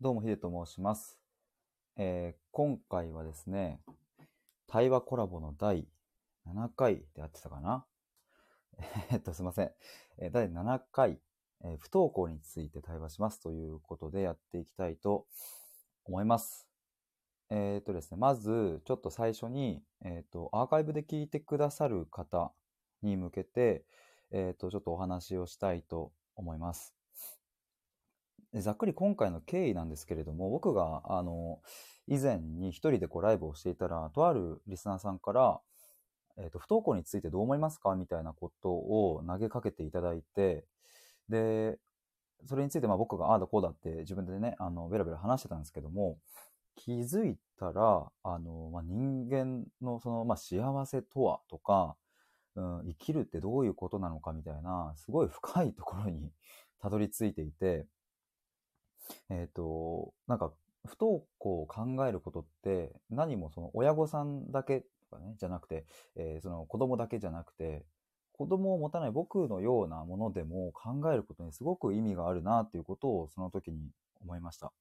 どうも、ヒデと申します。えー今回はですね、対話コラボの第7回であってたかな えーっと、すいません。えー第7回、えー不登校について対話しますということでやっていきたいと思います。えーっとですね、まず、ちょっと最初に、えーっと、アーカイブで聞いてくださる方に向けて、えーっと、ちょっとお話をしたいと思います。でざっくり今回の経緯なんですけれども、僕が、あの、以前に一人でこうライブをしていたら、とあるリスナーさんから、えっ、と、不登校についてどう思いますかみたいなことを投げかけていただいて、で、それについてまあ僕がああだこうだって自分でね、あの、ベラベラ話してたんですけども、気づいたら、あの、まあ、人間のその、まあ、幸せとはとか、うん、生きるってどういうことなのかみたいな、すごい深いところにたどり着いていて、えっ、と、なんか、不登校を考えることって、何もその親御さんだけとかね、じゃなくて、えーその子供だけじゃなくて、子供を持たない僕のようなものでも考えることにすごく意味があるなっていうことをその時に思いました。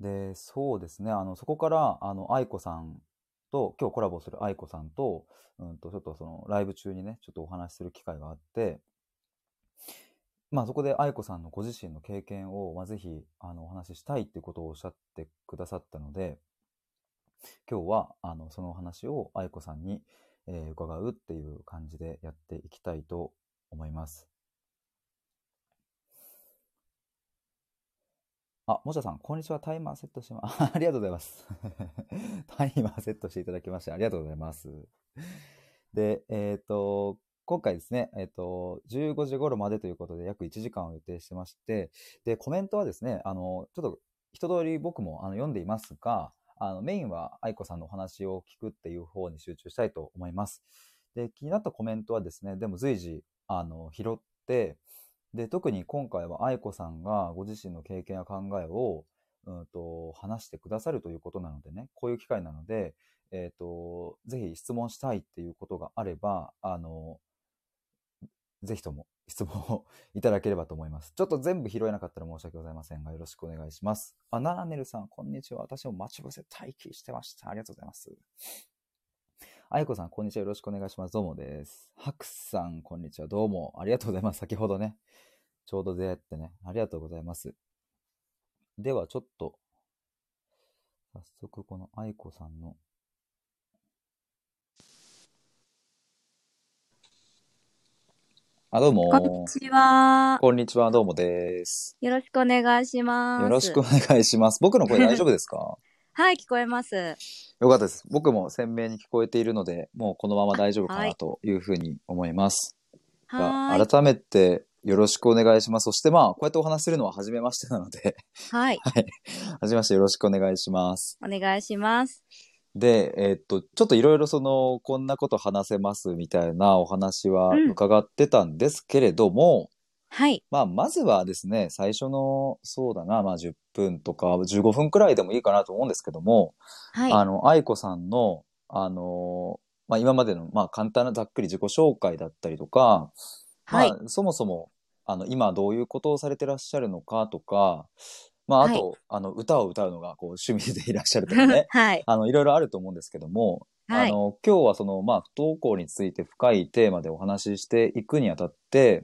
で、そうですね。あの、そこから、あの、愛子さんと、今日コラボする愛子さんと、うんと、ちょっとその、ライブ中にね、ちょっとお話しする機会があって、まあそこで愛子さんのご自身の経験を、まあ、ぜひあのお話ししたいっていうことをおっしゃってくださったので、今日はあのそのお話を愛子さんに、えー伺うっていう感じでやっていきたいと思います。あ、もちゃさん、こんにちは。タイマーセットしま、 あありがとうございます。タイマーセットしていただきまして、ありがとうございます。で、えっ、と、今回ですね、えっ、と、15時頃までということで約1時間を予定してまして、で、コメントはですね、あの、ちょっと一通り僕もあの読んでいますが、あの、メインは愛子さんのお話を聞くっていう方に集中したいと思います。で、気になったコメントはですね、でも随時、あの、拾って、で、特に今回は愛子さんがご自身の経験や考えを、うんと、話してくださるということなのでね、こういう機会なので、えっ、と、ぜひ質問したいっていうことがあれば、あの、ぜひとも質問をいただければと思います。ちょっと全部拾えなかったら申し訳ございませんが、よろしくお願いします。あ、ナナネルさん、こんにちは。私も待ち伏せ待機してました。ありがとうございます。あいこさん、こんにちは。よろしくお願いします。どうもです。ハクさん、こんにちは。どうも。ありがとうございます。先ほどね、ちょうど出会ってね、ありがとうございます。では、ちょっと、早速、このあいこさんの、あ、どうも。こんにちは。こんにちは、どうもです。よろしくお願いします。よろしくお。願いします。 僕の声大丈夫ですかはい、聞こえます。よかったです。僕も鮮明に聞こえているので、もうこのまま大丈夫かなというふうに思います。はーい。改めてよろしくお願いします。そしてまあ、こうやってお話しするのは初めましてなので、 はい。はい。初めましてよろしくお願いします。お願いします。で、えーっと、ちょっといろいろその、こんなこと話せますみたいなお話はうん伺ってたんですけれども、はい。まあ、まずはですね、最初の、そうだな、まあ、10分とか15分くらいでもいいかなと思うんですけども、はあの、愛子さんの、あのーまあ、今までの、まあ、簡単なざっくり自己紹介だったりとか、い。はい、ま。あ、そもそも、あの、今どういうことをされてらっしゃるのかとか、まあ、あと、あの、歌を歌うのが、こう、趣味でいらっしゃるとかね はい。あの、いろいろあると思うんですけども、はあい。の、今日はその、まあ、不登校について深いテーマでお話ししていくにあたって、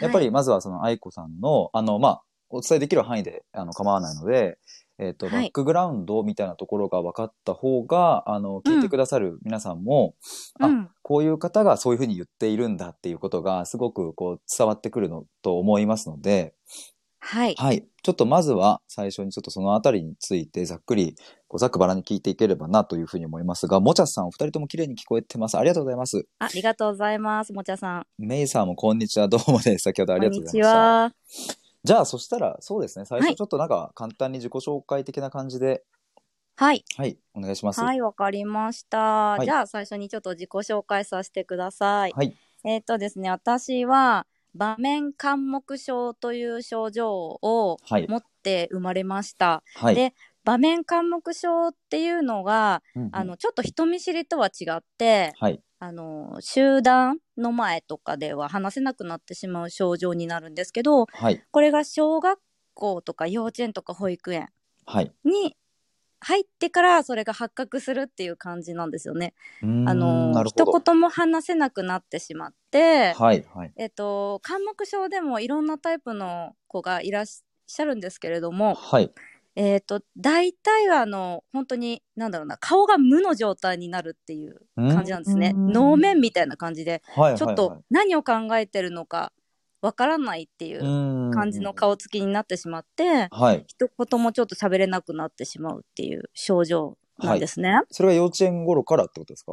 やっぱはりまずはその愛子さんの、あの、まあ、お伝えできる範囲であの構わないので、えっ、と、はいバックグラウンドみたいなところが分かった方が、あの、聞いてくださる皆さんも、あうん。こういう方がそういうふうに言っているんだっていうことが、すごくこう、伝わってくるのと思いますので、はい。はい。ちょっとまずは最初にちょっとそのあたりについてざっくり、こうざっくばらに聞いていければなというふうに思いますが、もちゃさんお二人とも綺麗に聞こえてます。ありがとうございます。ありがとうございます。もちゃさん。メイさんもこんにちは。どうもです。先ほどあこりんがとうにございちました。は。じゃあそしたら、そうですね。最は初いちょっとなんか簡単に自己紹介的な感じで、はい。はい、お願いします。はい、わかりました。いじゃあ、最初にちょっと自己紹介させてください。はい。えっ、とですね、私は、場面緘黙症という症状をはい。持って生まれました。はい。で場面緘黙症っていうのが、うんうんあのちょっと人見知りとは違ってはい。あの集団の前とかでは話せなくなってしまう症状になるんですけどはい。これが小学校とか幼稚園とか保育園はい。に入ってからそれが発覚するっていう感じなんですよね。うーんあのなーる一ほど。言も話せなくなってしまって、はい、はい。えっと、感目症でもいろんなタイプの子がいらっしゃるんですけれども、はい。えっと、大体はあの本当になんだろうな顔が無の状態になるっていう感じなんですね。うーん能面みたいな感じではい、はいはい。ちょっと何を考えてるのかわからないっていううーん感じの。顔つきになってしまってはい。一言もちょっと喋れなくなってしまうっていう症状なんですね。それが幼稚園頃からってことですか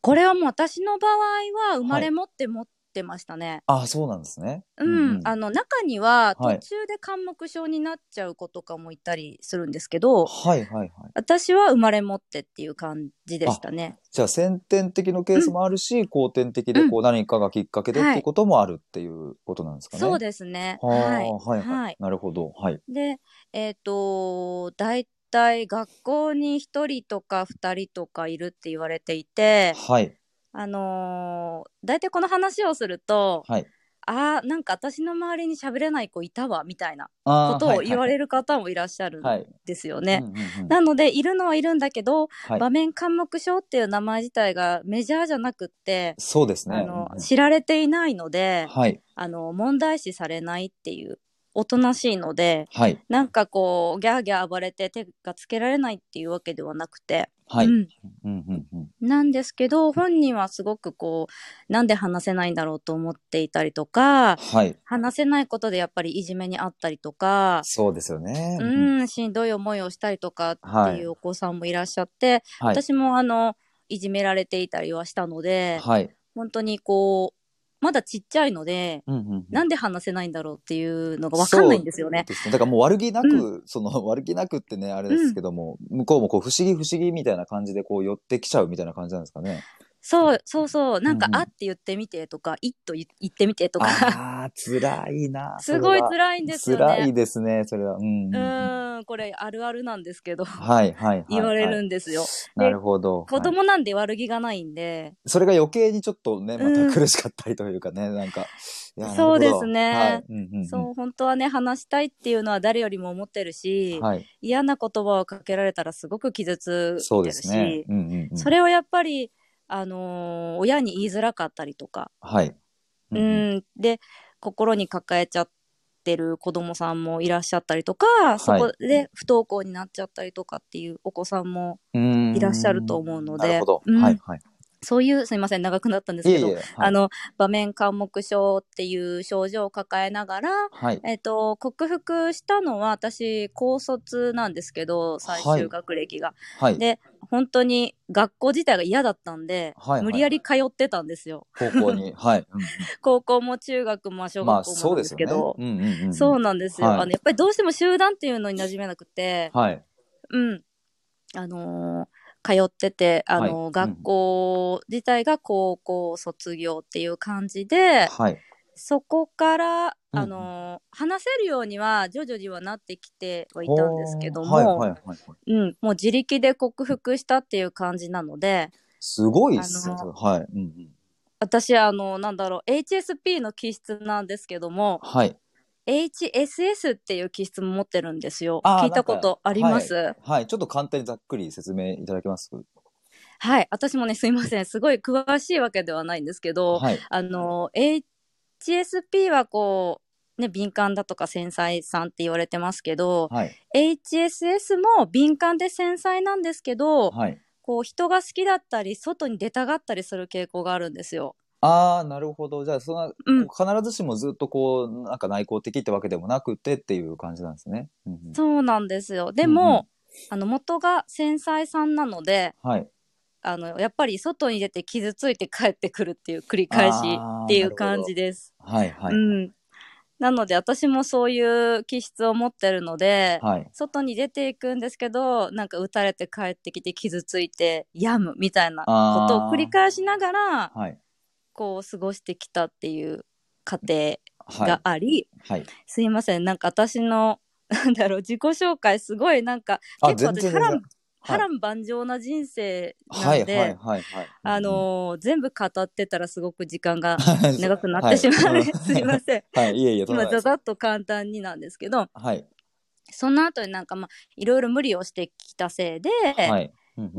これはもう私の場合は生まれ持って持ってましたね。あ、そうなんですね。うん、ああの中にはは途い中で感目症になっちゃう子とかもいたりするんですけど、はい、はい、はい。私は生まれ持ってっていう感じでしたね。じゃあ先天的のケースもあるし、後天的でこう何かがきっかけでっていうこともあるっていうことなんですかね。そうですね。ははい。あはいははいい。なるほど。はい。で、えっ、と、大体学校に1人とか2人とかいるって言われていて、はい。あのー、大体この話をすると、はい。ああ、なんか私の周りに喋れない子いたわ、みたいなあこーとを言われるる方もいらっしゃるんはい。ですよはいね。うんうんうんなので、いるのはいるんだけど、はい場面監目症っていう名前自体がメジャーじゃなくって、そうですね。あのうんうん知られていないので、はい。あの問題視されないっていうおとなしいのではい。なんかこうギャーギャー暴れて手がつけられないっていうわけではなくて、はい。ううんん、うんうん。なんですけど本人はすごくこうなんで話せないんだろうと思っていたりとかはい。話せないことでやっぱりいじめにあったりとか。そうですよね。ううんん、しんどい思いをしたりとかっていうお子さんもいらっしゃって、はい。私もあのいじめられていたりはしたので、はい。本当にこうまだちっちゃいので、うんうんうんなんで話せないんだろうっていうのが分かんないんですよね。ですね。だからもう悪気なく、うその 悪気なくってね、あれですけども、向こうもこう不思議不思議みたいな感じでこう寄ってきちゃうみたいな感じなんですか ね。そうそうそうなんかう「んうんあ」って言ってみてとか「い」と言ってみてとかああ、辛いな。 すごいそれは辛いんですよ辛ねい。ですね、それは。うんうんううん。ーんこれあるあるなんですけどはいはいはい。言われるんんですよ。なるほど。子はい供なんで悪気がないんで、それが余計にちょっとね、まうたん苦しかったりというかね、なんか。いやそうです。なねるほどはい。うんうんそう本当はね話したいっていうのは誰よりも思ってるうし、ん。はい。嫌な言葉をかけられたらすごく傷ついそうてでるすねし。うんうんうん。それをやっぱり、あのー親に言いづらかったりとかはい。ううんうんん、で心に抱えちゃってる子供さんもいらっしゃったりとか、いそこで不登校になっちゃったりとかっていうお子さんもうーんいらっしゃると思うのでなるほど。うんはいはい。そういうすいません長くなったんですいけえいどえ。はいあ、の場面緘黙症っていう症状を抱えながら、はい。えっと克服したのは私高卒なんですけど最終学歴が、はい。で本当に学校自体が嫌だったんで、はいはい無理やり通ってたんですよ高校 に。はい。うん高校も中学もう小んまあ、学校そうもなんでですすよけね。ど、うんうんうん。そうなんですよ、はいあのやっぱりどうしても集団っていうのに馴染めなくて、はい。うんあのー通ってて、あのーはい学校自体が高校卒業っていう感じで、はい。そこから、うんあのー話せるようには徐々にはなってきてはいたんですけども、はいはいはいはい。うん、もう自力で克服したっていう感じなのですごいっすね。あそれはい。うんうん。私あのーなんだろう HSP の気質なんですけども、はい。 HSS っていう気質も持ってるんですよ。あー聞いたことあります。はい、はい。ちょっと簡単にざっくり説明いただけます私もね、すいません。すごい詳しいわけではないんですけど、はい。あの、HSP はこう、ね、敏感だとか繊細さんって言われてますけど、はい。 HSS も敏感で繊細なんですけど、はい。こう、人が好きだったり、外に出たがったりする傾向があるんですよ。ああ、なるほど。じゃあ、そんな、うんこう必ずしもずっとこう、なんか内向的ってわけでもなくてっていう感じなんですね。うんうんそうなんですよ。でも、あの、元が繊細さんなので、はい。あのやっぱり外に出て傷ついて帰ってくるっていう繰り返しあーっていう感じです。はい、はい。うん、なので私もそういう気質を持ってるので、はい。外に出ていくんですけどなんか打たれて帰ってきて傷ついて病むみたいなこあとーを繰り返しながらはい。こう過ごしてきたっていう過程はいが。あり、はい。すいませんなんか私のなんだろう自己紹介すごいなんかあ結構全私然全波乱然波乱万丈な人生なはんい、で。はい、はい。はいあ、のー全部語ってたらすごく時間が長くな っはていしまうね、うん すいません。うんはい、いえいえ、とんでもな今いざですざっと簡単になんですけどはい。その後になんかまあいろいろ無理をしてきたせいで、はい。うんうん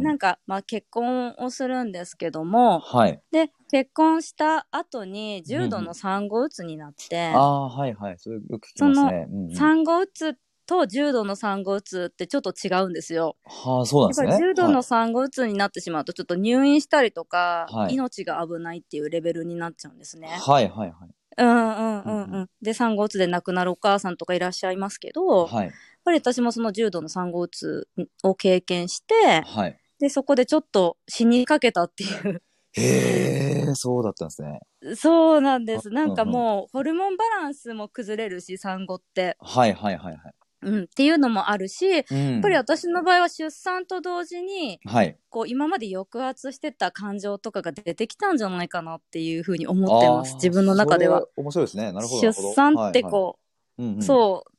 なんかまあ結婚をするんですけどもはい。で結婚した後に重度うんうの産後うつになって、ああ、はいはい。それよく聞きますね。うんうん産後うつと重度の産後うつってちょっと違うんですよ。はあ、そうなんですやっぱね。り重度はのい産後うつになってしまうとちょっと入院したりとか、はい命が危ないっていうレベルになっちゃうんですね。はいはいはい。うんうんうんうんうん。で産後うつで亡くなるお母さんとかいらっしゃいますけど、やっはい。ぱり私もその重度の産後うつを経験してはい。でそこでちょっと死にかけたっていうへえ、そうだったんですね。そう なんです。あなんかもう、ホルモンバランスも崩れるし、産後って。はいはいはいはい。うん、っていうのもあるし、やっやぱり私の場合は出産と同時に、はい。こう、今まで抑圧してた感情とかが出てきたんじゃないかなっていうふうに思ってます。あー自分の中では。。それ面白いですね。なるほど。出産ってこ、う、はいはいううんうんそう、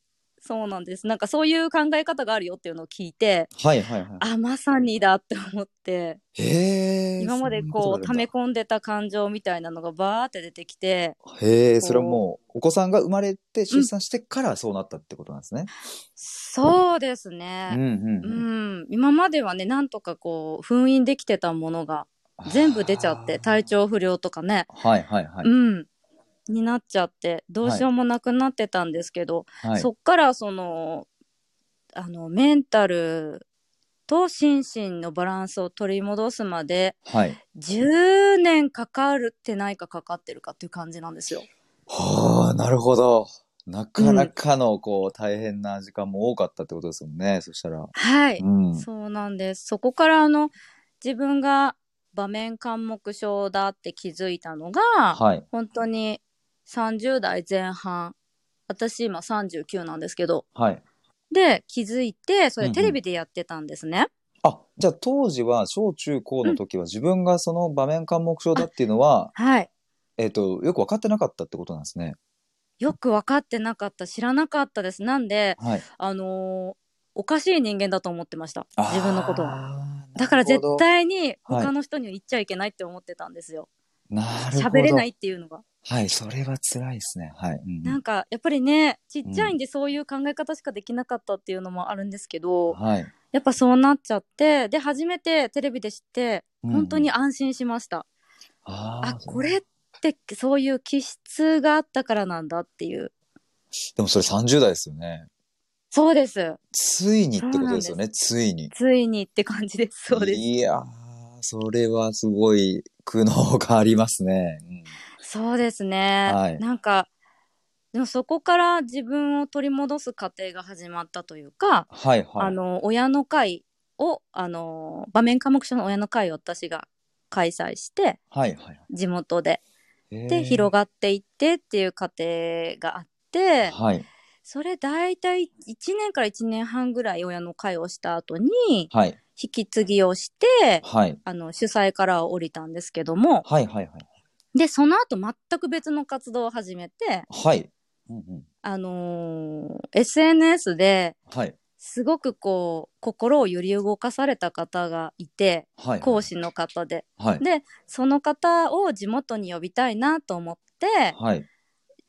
そうなんです。なんかそういう考え方があるよっていうのを聞いて、はいはいはあ、まさにだって思って、い。へえ。今までこう、溜め込んでた感情みたいなのがバーって出てきて、め。へえ、それはもう、お子さんが生まれて出産してからそうなったってことなんですね。そうですうんね。うんううん。ん、今まではね、なんとかこう、封印できてたものが全部出ちゃって、体。調不良とかね、はいはいはい。うん、になっちゃって、どうしようもなくなってたんですけど、はい。そっからその、あの、メンタルと心身のバランスを取り戻すまで、はい。 10年かかるってないかかかってるかっていう感じなんですよ。はあ、なるほど。なかなかの、こう、大変な時間も多かったってことですもんね。そしたら。はい。うん。そうなんです。そこからあの自分が場面緘黙症だって気づいたのが、はい。本当に30代前半私今39なんですけどはい。で気づいてそうんれうんテレビでやってたんですね。あ、じゃあ当時は、小中高の時は自分がその場面感目標だっていうのは、はいえっと、よく分かってなかったってことなんですね。よく分かってなかった知らなかったです。なんではい。あのーおかしい人間だと思ってました自分のことは。はだから絶。対にはい他の人には言っちゃいけないって思ってたんですよ。なるほど。喋れない。っていうのが。はい、それは辛いですね。はい。うんなんかやっぱりねちっちゃいんでそういう考え方しかできなかったっていうのもあるんですけど、はい。やっぱそうなっちゃってで初めてテレビで知ってうん本当に、安心しました、あーあこれってそういう気質があったからなんだっていうでもそれ30代ですよね。そうですついにってことですよね。ついに。ついにって感じですそうですいやー、それはすごい苦悩がありますね。うんそうですね、はいなんかでもそこから自分を取り戻す過程が始まったというか、はいはい。あの親の会をあの場面科目書の親の会を私が開催してはいはい。地元ででで広がっていってっていう過程があってはい。それ大体1年から1年半ぐらい親の会をした後にはい。引き継ぎをしてはい。あの主催からは降りたんですけどもはいはいはい。でその後全く別の活動を始めて、はい。うんうんあのー SNS ではい。すごくこう心を揺り動かされた方がいてはい。講。師の方ではい。でその方を地元に呼びたいなと思ってはい。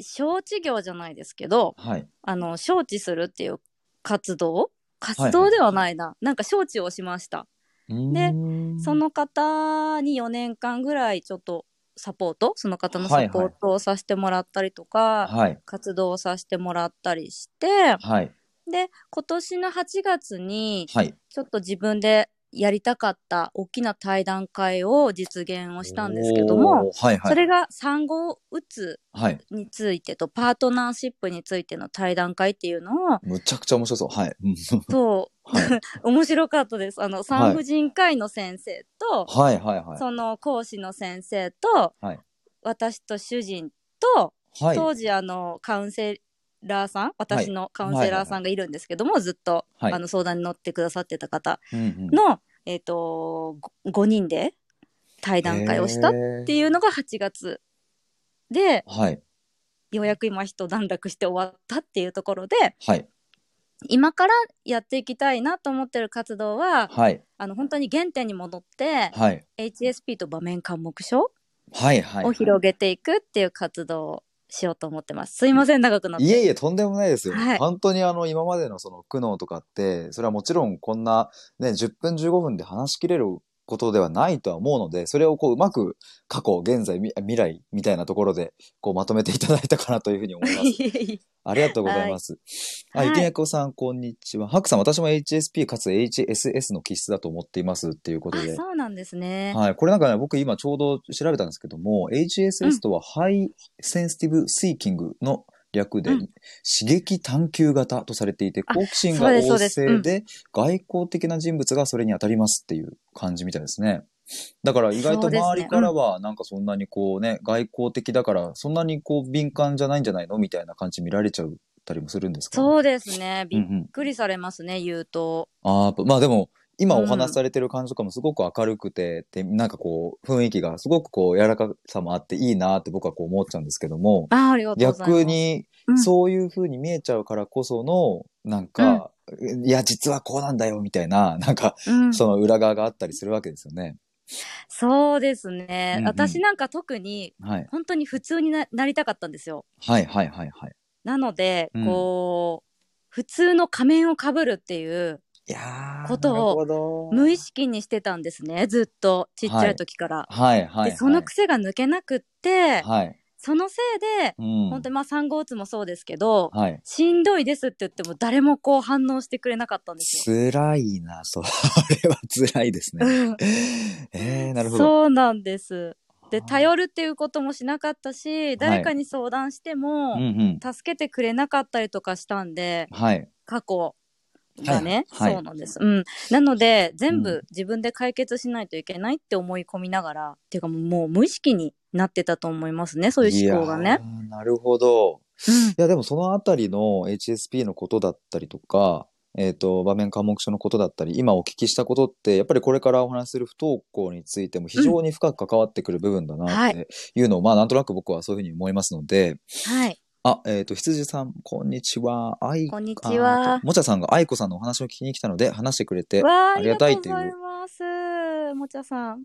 招致業じゃないですけどはい。あの招致するっていう活動活動ではないな、なんか招致をしました、でうーんそ、の方に4年間ぐらいちょっとサポートその方のサポートをさせてもらったりとか、はい。活動をさせてもらったりしてはい。で今年の8月にはい。ちょっと自分でやりたかった大きな対談会を実現をしたんですけども、おー、はいはい、それが産後うつはい。についてとパートナーシップについての対談会っていうのをむちゃくちゃ面白そう。はい。うんそうはい。 面白かったです。あの産婦人科医の先生と、はいはいはその講師の先生と、はい私と主人と、い。はい。当時あのカウンセラーさん私のカウンセラーさんがいるんですけども、ずっと、はいあの相談に乗ってくださってた方うんうんの、えっ、と5人で対談会をしたってう。いうのが8月ではい。ようやく今一段落して終わったっていうところではい。今からやっていきたいなと思ってる活動ははい。あの本当に原点に戻って、はい。 HSP と場面緘目症はいはい。を広げていくっていう活動しようと思ってます。すいません、長くなって。いえ いえ、とんでもないですよ。はい本当にあの、今までのその苦悩とかって、それはもちろんこんなね、10分15分で話しきれることではないとは思うので、それをこう、うまく過去、現在、み未来みたいなところで、こう、まとめていただいたかなというふうに思います。ありがとうございます。はあ、いゆきねこさん、こんにちは。ハクさん、私も HSP かつ HSS の気質だと思っていますっていうことあ、で。そうなんですね。はい。これなんかね、僕今ちょうど調べたんですけども、HSS とはハイセンシティブシーキングの略で、うん刺激探求型とされていて、あ好奇心がそう旺ですそう盛ですで、外交的な人物がそれに当たりますっていう感じみたいですね。だから意外そとうですね周りからは、なんかそんなにこうね、外交的だから、そんなにこう敏感じゃないんじゃないのみたいな感じ見られちゃったりもするんですかねそうですね。びうんっうん。くりされますね、言うと。ああ、まあでも、今うんお話しされてる感じとかもすごく明るくて、で、なんかこう、雰囲気がすごくこう、柔らかさもあっていいなって僕はこう思っちゃうんですけども、あー、ありがとうございます。逆にうん、そういう風に見えちゃうからこその、なんか、いや、実はこうなんだよ、みたいな、 なんか、うん、その裏側があったりするわけですよね。そうですね、うんうん私なんか特にはい。本当に普通にななりたかったんですよ。はい、はい、はい、はい。なので、うんこう普通の仮面をかぶるっていういやー、ことをなるほど無意識にしてたんですねずっとちっちゃい時から。はい、はい。でその癖が抜けなくって、はい。そのせいで、うん。本当にまあ産後うつもそうですけど、はい。しんどいですって言っても誰もこう反応してくれなかったんですよ。辛いな、それ は辛いですね。うん えー、なるほど。そうなんです。であー頼るっていうこともしなかったし誰かに相談しても、うんうん。助けてくれなかったりとかしたんではい。過去がね、はいはいそうなんです、うん、なのでう全ん部自分で解決しないといけないって思い込みながら、っていうかもう無意識になってたと思いますねそういう思考がいやね。ー。なるほど。いや、でもそのあたりの HSP のことだったりとか、えっ、と、場面科目書のことだったり、今お聞きしたことって、やっぱりこれからお話しする不登校についても非常に深く関わってくる部分だなっていうのを、まあなんとなく僕はそういうふうに思いますので、はい、あ、えっ、と、羊さん、こんにちは。あいこんにちはあもちゃさんが愛子さんのお話を聞きに来たので話してくれて、わああありりががたというっごていうざいますもちゃさん。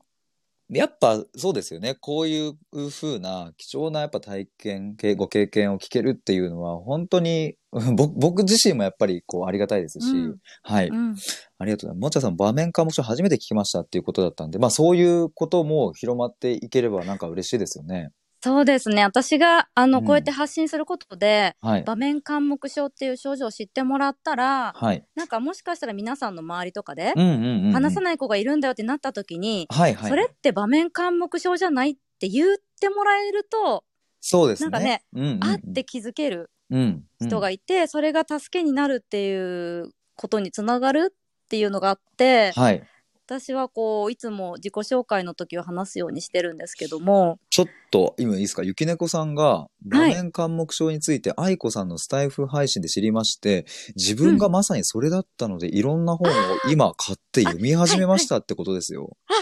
やっぱそうですよね。こういう風な貴重なやっぱ体験、けご経験を聞けるっていうのは本当に うん僕僕自身もやっぱりこうありがたいですし、うんはい、うん、ありがとうございます。もっちゃさん、場面科目書初めて聞きましたっていうことだったんで、まあそういうことも広まっていければなんか嬉しいですよね。そうですね私があの、うんこうやって発信することではい。場面緘黙症っていう症状を知ってもらったらはい。なんかもしかしたら皆さんの周りとかでうんうんうん、うん。話さない。ない子がいるんだよってなった時に、はいはい。それって場面緘黙症じゃないって言ってもらえると、そうですね。なんかね、うんうんうん、あって気づけるうんうん人がいて、それが助けになるっていうことにつながるっていうのがあって、はい。私はこういつも自己紹介の時を話すようにしてるんですけどもちょっと、今いいですか、ゆきねこさんが、場面緘黙症について、愛子さんのスタイフ配信で知りまして、自分がまさにそれだったので、いろんな本を今買って読み始めましたってことですよ。は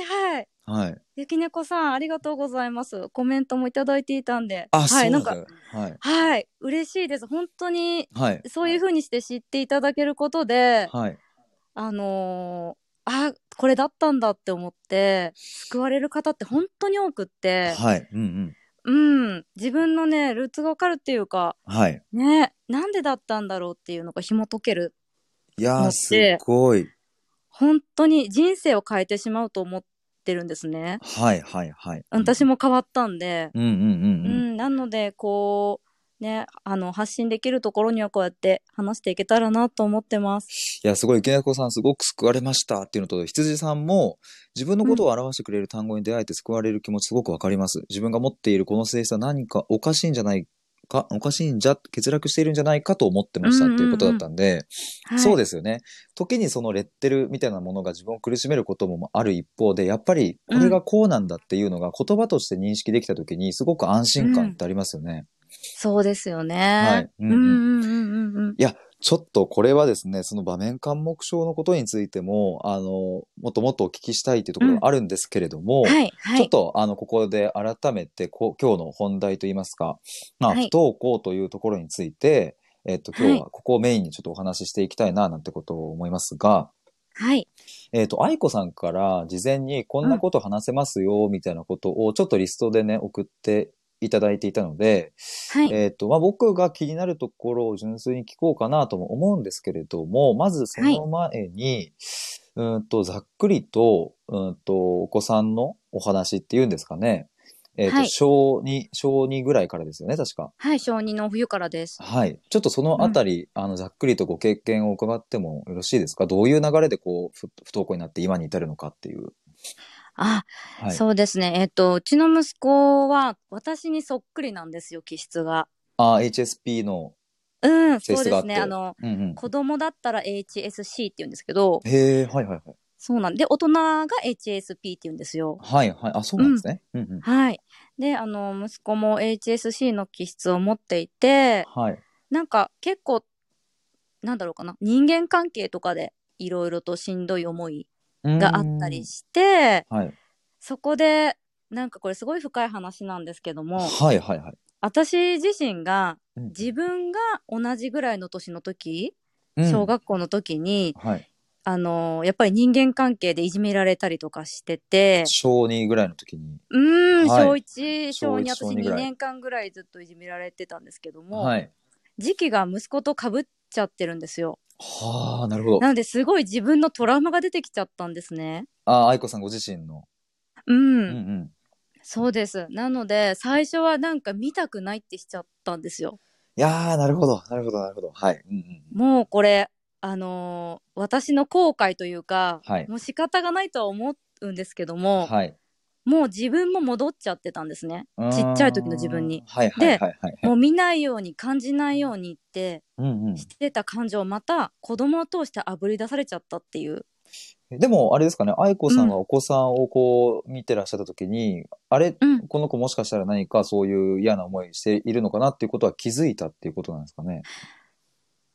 いはいはい。ゆきねこさんありがとうございますコメントもいただいていたんであ、はいそなうんだかよ。はい。はい嬉しいです本当にはい。そういうふうにして知っていただけることで、はい。あのーあこれだったんだって思って救われる方って本当に多くって、はい。うんうん。うん自分のねルーツがわかるっていうかはい。ねなんでだったんだろうっていうのが紐解けるいやだー、ってすごい。本当に人生を変えてしまうと思ってるんですねはいはいはい。私も。も変わったんで、うんうんううんんうん。なのでこうねあの発信できるところにはこうやって話していけたらなと思ってますいや、すごい、池田子さん、すごく救われましたっていうのと、羊さんも、自分のことを表してくれる単語に出会えて救われる気持ち、すごくわかります。自分が持っているこの性質は何かおかしいんじゃないか、おかしいんじゃ、欠落しているんじゃないかと思ってましたっていうことだったんで、はいそうですよね。時にそのレッテルみたいなものが自分を苦しめることもある一方で、やっぱりこれがこうなんだっていうのが言葉として認識できた時に、すごく安心感ってありますよね。そうですよね、はいうんううんんうんうんうんうんいや、ちょっとこれはですね、その場面緘黙症のことについても、あの、もっともっとお聞きしたいっていうところがあるんですけれども、はいはちょっいと、あの、ここで改めてこう、今日の本題といいますか、まあ、はい不登校というところについて、えっと、今日ははここをメインにちょっとお話ししていきたいな、なんてことを思いますが、はいえっと、愛子さんから事前にこんなこと話せますよ、みたいなことを、ちょっとリストでね、送っていただいていたので、はい。えっ、と、まあ、僕が気になるところを純粋に聞こうかなとも思うんですけれども、まずその前に、うーんと、ざっくりと、うーんと、お子さんのお話っていうんですかね。えっ、と、はい小2、小2ぐらいからですよね、確か。はい、小児の冬からです。はい。ちょっとそのあたり、あの、ざっくりとご経験を伺ってもよろしいですかどういう流れでこう、ふ不登校になって今に至るのかっていう。あ、はい。そうですね。えっと、うちの息子は私にそっくりなんですよ、気質が。あー、HSP の、うん、性そ質うでがあってすね。あの、うんうん。子供だったら HSC って言うんですけど、へえ、はいはいはい。そうなんで、大人が HSP って言うんですよ。はいはい。あ、そうなんですね。うんうん。はい。で、あの、息子も HSC の気質を持っていて、はい。なんか結構、なんだろうかな、人間関係とかでいろいろとしんどい思いがあったりして、うーん。はい。そこで、なんかこれすごい深い話なんですけども、はいはいはい。私自身がうん自分が同じぐらいの年の時、うん小学校の時に、はい。あのやっぱり人間関係でいじめられたりとかしてて、小2ぐらいの時に。うーん、はい小1、小2、小私一小二ぐら2い年間ぐらいずっといじめられてたんですけども、はい。時期が息子と被っちゃってるんですよ。はあ、なるほど。なのですごい自分のトラウマが出てきちゃったんですね。ああ、愛子さんご自身の。うん、うんうん。そうです。なので、最初はなんか見たくないってしちゃったんですよ。いやー、なるほど。なるほど、なるほど。はい。うんうん。もうこれ、あのー私の後悔というか、はいもう仕方がないとは思うんですけども、はい。もう自分も戻っちゃってたんですね。うーんちっちゃい時の自分に。はいはいはいはい。もう見ないように感じないようにってうんうんしてた感情をまた子供を通してあぶり出されちゃったっていう。でも、あれですかね、愛子さんがお子さんをこう見てらっしゃった時に、あれ、うんこの子もしかしたら何かそういう嫌な思いしているのかなっていうことは気づいたっていうことなんですかね。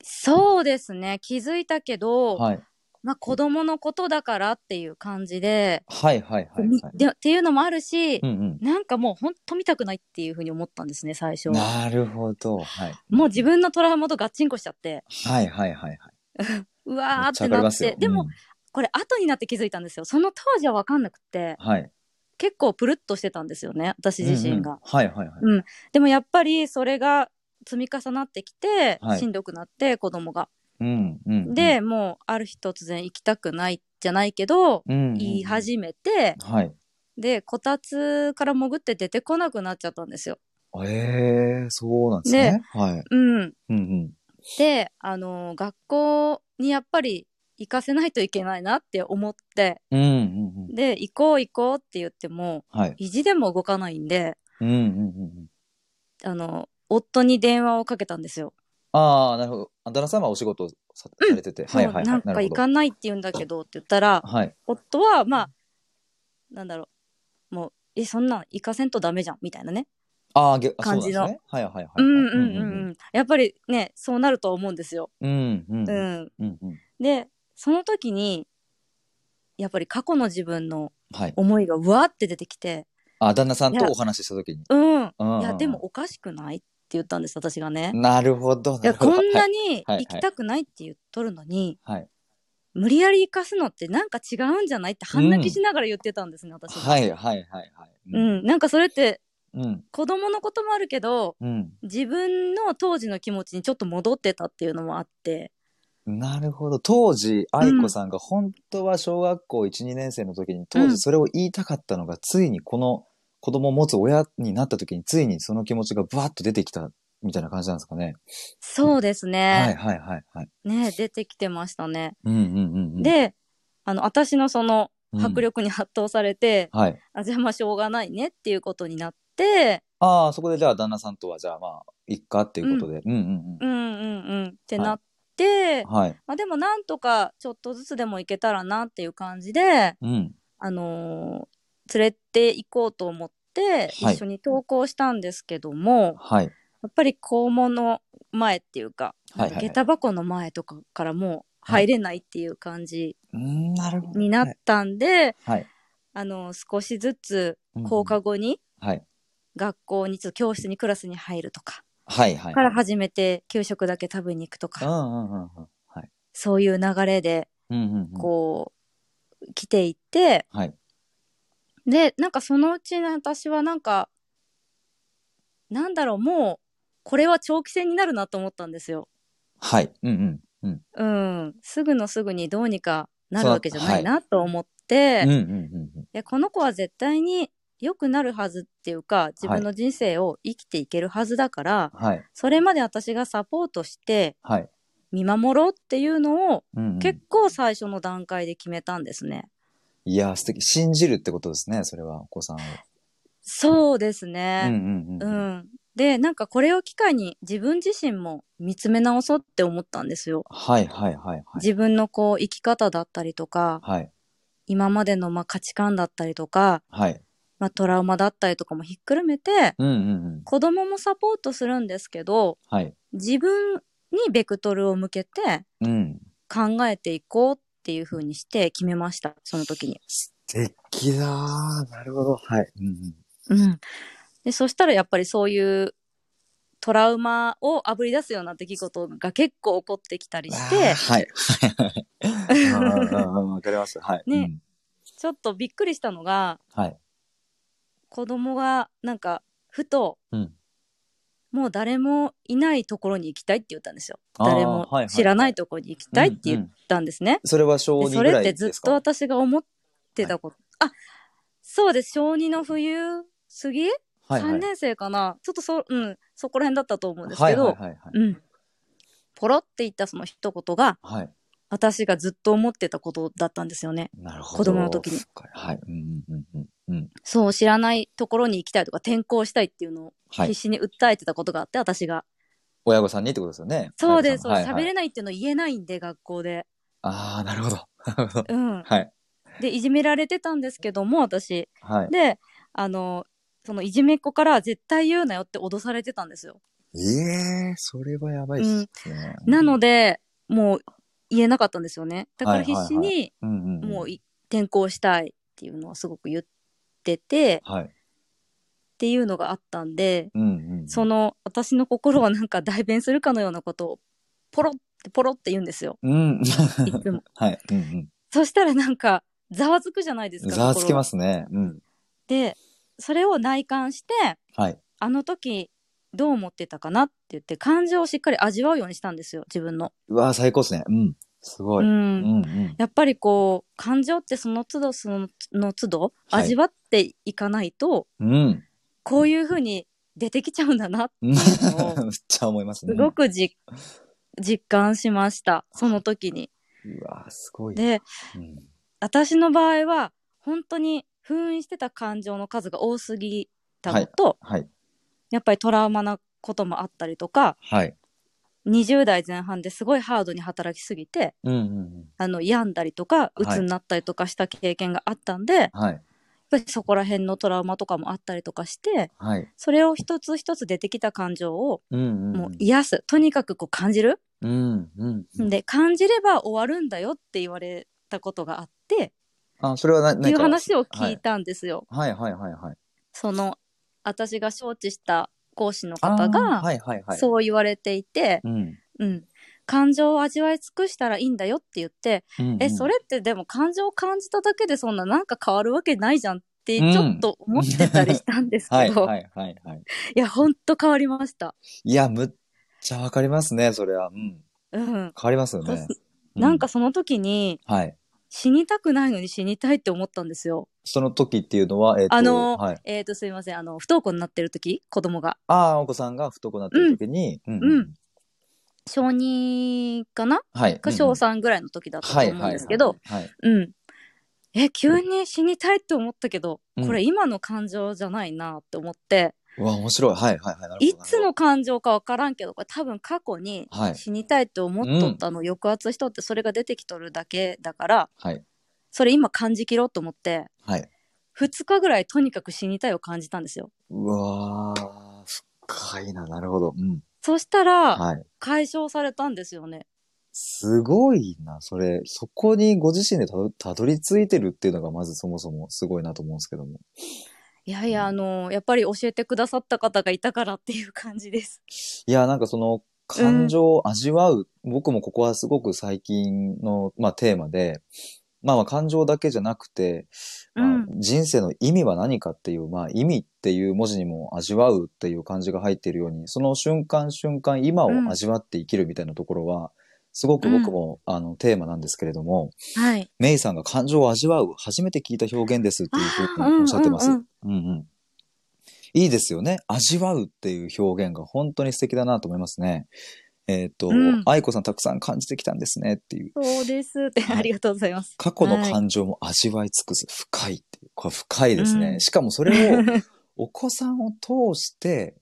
そうですね。気づいたけど、はい。まあ子供のことだからっていう感じで、はいはいはい、みはい。でっていうのもあるし、うんなんかもうほんと見たくないっていうふうに思ったんですね、最初うん。は。なるほど。はい。もう自分のトラウマとガッチンコしちゃって、はいはいはいはい。うめわーっっちゃわかてりなまっすよて、でうもんこれ後になって気づいたんですよ。その当時はわかんなくって、はい。結構プルッとしてたんですよね、私自身が。うんうんはいはいはい。うん、でもやっぱりそれが積み重なってきて、はいしんどくなって子供が。うんうんうん、で、もうある日突然行きたくないじゃないけど、うんうんうん言い始めてはい。でこたつから潜って出てこなくなっちゃったんですよ。ええそうなんですね。はい。うん、うんうん。で、あのー学校にやっぱり行かせないといけないなって思ってうんうんうん。で行こう行こうって言ってもはい。意地でも動かないんで、うんうんうんうん。あの夫に電話をかけたんですよ。ああ、なるほど。あ旦那様はお仕事をさ,、されてて。はいはいはい。そうなんか行かなるないって言うんだけどって言ったらほどはい。夫はまあなんだろうもうえそんなん行かせんとダメじゃんみたいなね、ああ、げあ感じのそうなんですね。はいはいはい。うんうんうんうんやっぱりねそうなると思うんですよ、うんうん。うんうんううんん、うんうん。でその時にやっぱり過去の自分のはい。思いがうわって出てきてあ、旦那さんいとやお話ししたときに。うんうんうんうんいやでも。おかしくないって言ったんです私がね、なるほど。いやるほこどんはないにはい行きたくないって言っとるのに、はい。無理やり行かすのってなんか違うんじゃないって半泣きしながら言ってたんですね、私が、はいはいはいはい。う。ん、なんかそれってうん。子供のこともあるけどうん。自分の当時の気持ちにちょっと戻ってたっていうのもあってなるほど。当時、愛子さんが本当は小学校1、2年生の時に、当時それを言いたかったのが、ついにこの子供を持つ親になった時に、ついにその気持ちがブワッと出てきたみたいな感じなんですかね。そうですはいね、はいはいはい。ね出てきてましたね、うんうんうんうん。、であの私のそのうん迫力に圧倒されて、はい。あじゃあまあしょうがないねっていうことになってああ、そこでじゃあ旦那さんとは、じゃあまあ、いっかっていうことで。うんうんうんうんうんってなって、うん。はい。まあ、でもなんとかちょっとずつでも行けたらなっていう感じで、うん。あのー連れて行こうと思ってはい一緒に登校したんですけども、はい。やっぱり校門の前っていうか、はいはいはい下駄箱の前とかからもう入れないっていう感じうん、なるほど。になったんで、はい。あの少しずつうん放課後にはい。学校にちょっと教室にクラスに入るとか、はいはい。から始めて給食だけ食べに行くとうか、んうんうんうん。はい。そういう流れでうんうんうん。こう、来ていてはい。でなんかそのうちに私はなんかなんだろう、もう、これは長期戦になるなと思ったんですよ。はい。うんうん。うん。うん。すぐのすぐにどうにかなるそうわけじゃないはなと思って、うんいうんうんうん。やこの子は絶対に良くなるはずっていうか、自分の人生を生きていけるはずだから、はい。それまで私がサポートしてはい。見守ろうっていうのを、うん、うん。結構最初の段階で決めたんですね。いやー、素敵。信じるってことですね、それは、お子さんを。そうですうんね。うんう。うんん、ん。で、なんかこれを機会に自分自身も見つめ直そうって思ったんですよ。はいはいはいはい。自分のこう生き方だったりとか、はい。今までのまあ価値観だったりとか、はい。まあ、トラウマだったりとかもひっくるめて、うんうんうん。子供もサポートするんですけど、はい。自分にベクトルを向けてうん。考えていこうっていう風にして決めました、その時に。素敵だー。なるほど。はい。うんうん、うん。で、そしたらやっぱりそういうトラウマをあぶり出すような出来事が結構起こってきたりしわーて、はい。はいはい。うんうんうんわかります。はい。ねうんちょっとびっくりしたのが、はい。子供がなんか、ふと、うんもう誰もいないところに行きたいって言ったんですよ。あー誰はいはもい知らないところに行きたいって言ったんですね。それは小で2そぐれらっいてでずっすとか私が思ってたこと。あ、そうです。小2の冬過ぎ、はいはい ?3 年生かなちょっとそ、うん、そこら辺だったと思うんですはけいど、はいはいはい。うん。ポロって言ったその一言が、はい。私がずっと思ってたことだったんですよね。なるほど。子供の時に深い。はい。うんうんうんうんうん。そう、知らないところに行きたいとか転校したいっていうのをは必い。死に訴えてたことがあって、私が。親御さんにってことですよね。そうです、そう親御です。さん喋はいはいれないっていうの言えないんで、学校で。ああ、なるほど。 なるほど。うん。はい。で、いじめられてたんですけども、私。はい。で、あの、そのいじめっ子から絶対言うなよって脅されてたんですよ。ええそれはやばいっすね。なので、で、もう言えなかったんですよね。だかはらいはい必はい死に、うんうん、もうい転校したいっていうのをすごく言ってて、はい。っていうのがあったんで、うんうん。その私の心をなんか代弁するかのようなことをポロってポロって言うんですよ。うん。 いつも。はい。うんそしたらなんかざわつくじゃないでうすん。か。。ざわつきますすね。うん。で、それを内観して、はい。あの時どう思ってたかなって言って感情をしっかり味わうようにしたんですよ、自分の。うわー、最高っすね。うん。すごい。う。うんんうん。やっぱりこう感情ってその都度そのの都度はい味わっていかないと、うん。こういうふうに出てきちゃうんだなって うん。めっいうのをちゃ思いますね。すごくじ、実感しました。その時に。うわー、すごい。で、うん私の場合は、本当に封印してた感情の数が多すぎたのと、はい。やっぱりトラウマなこともあったりとか、はい。 20代前半ですごいハードに働きすぎて、うんうんうん。あの、病んだりとか、い鬱になったりとかした経験があったんで、やっはい。ぱりそこら辺のトラウマとかもあったりとかして、はい。それを一つ一つ出てきた感情を、うんうん。もう癒す。とにかくこう感じる。うんうんうん。で、感じれば終わるんだよって言われたことがあって、あ、それはなって何いうか。話を聞いたんですよ。はいはいはいはい。その私が招致した講師のあ方ーがはいはいはい。そう言われていて、うん。うん、感情を味わい尽くしたらいいんだよって言って、うんうん。えそれってでも感情を感じただけでそんななんか変わるわけないじゃんってちょっと思ってたりしたんです はけいど、はいはいはい。いやほんと変わりました。いや、むっちゃわかりますね、それは。うん。うん、変わりますよねそ。なんかその時にうん、はい。死にたくないのに死にたいって思ったんですよ。その時っていうのは、えっ、と、あのはい。えっ、とすいませんあの不登校になってる時子供がああ、お子さんが不登校になってる時に、うんうん小2かなはい。か小3ぐらいの時だったはとい思うはんいですけど、はい。うん。え、急に死にたいって思ったけど、うんこれ今の感情じゃないなって思って、うわ、面白い。はいはいはい。なるほどいつの感情かわからんけど、これ多分過去にはい死にたいって思っとったの、抑圧しとってそれが出てきとるだけだから、はい。それ今感じきろうと思って、はい。 2日ぐらいとにかく死にたいを感じたんですよ。うわー、深いな。なるほど。うん。そしたら、はい。解消されたんですよね。すごいな。それ、そこにご自身でたどたどり着いてるっていうのが、まずそもそもすごいなと思うんですけども。いやいや、あの、やっぱり教えてくださった方がいたからっていう感じです。いや、なんかその感情を味わう、僕もここはすごく最近の、まあ、テーマで、まあまあ感情だけじゃなくて、うまあん、人生の意味は何かっていう、まあ意味っていう文字にも味わうっていう感じが入っているように、その瞬間瞬間今をうん味わって生きるみたいなところは、すごく僕も、あのテーマなんですけれども、はい。メイさんが感情を味わう初めて聞いた表現ですっていうふうにおっしゃってます。あーううんんうん。いいですよね。味わうっていう表現が本当に素敵だなと思いますね。えっ、と、うん愛子さんたくさん感じてきたんですねっていう。そうですって、はいありがとうございます。過去の感情も味わい尽くす。深いっていう。これ深いですね。うんしかもそれをお子さんを通して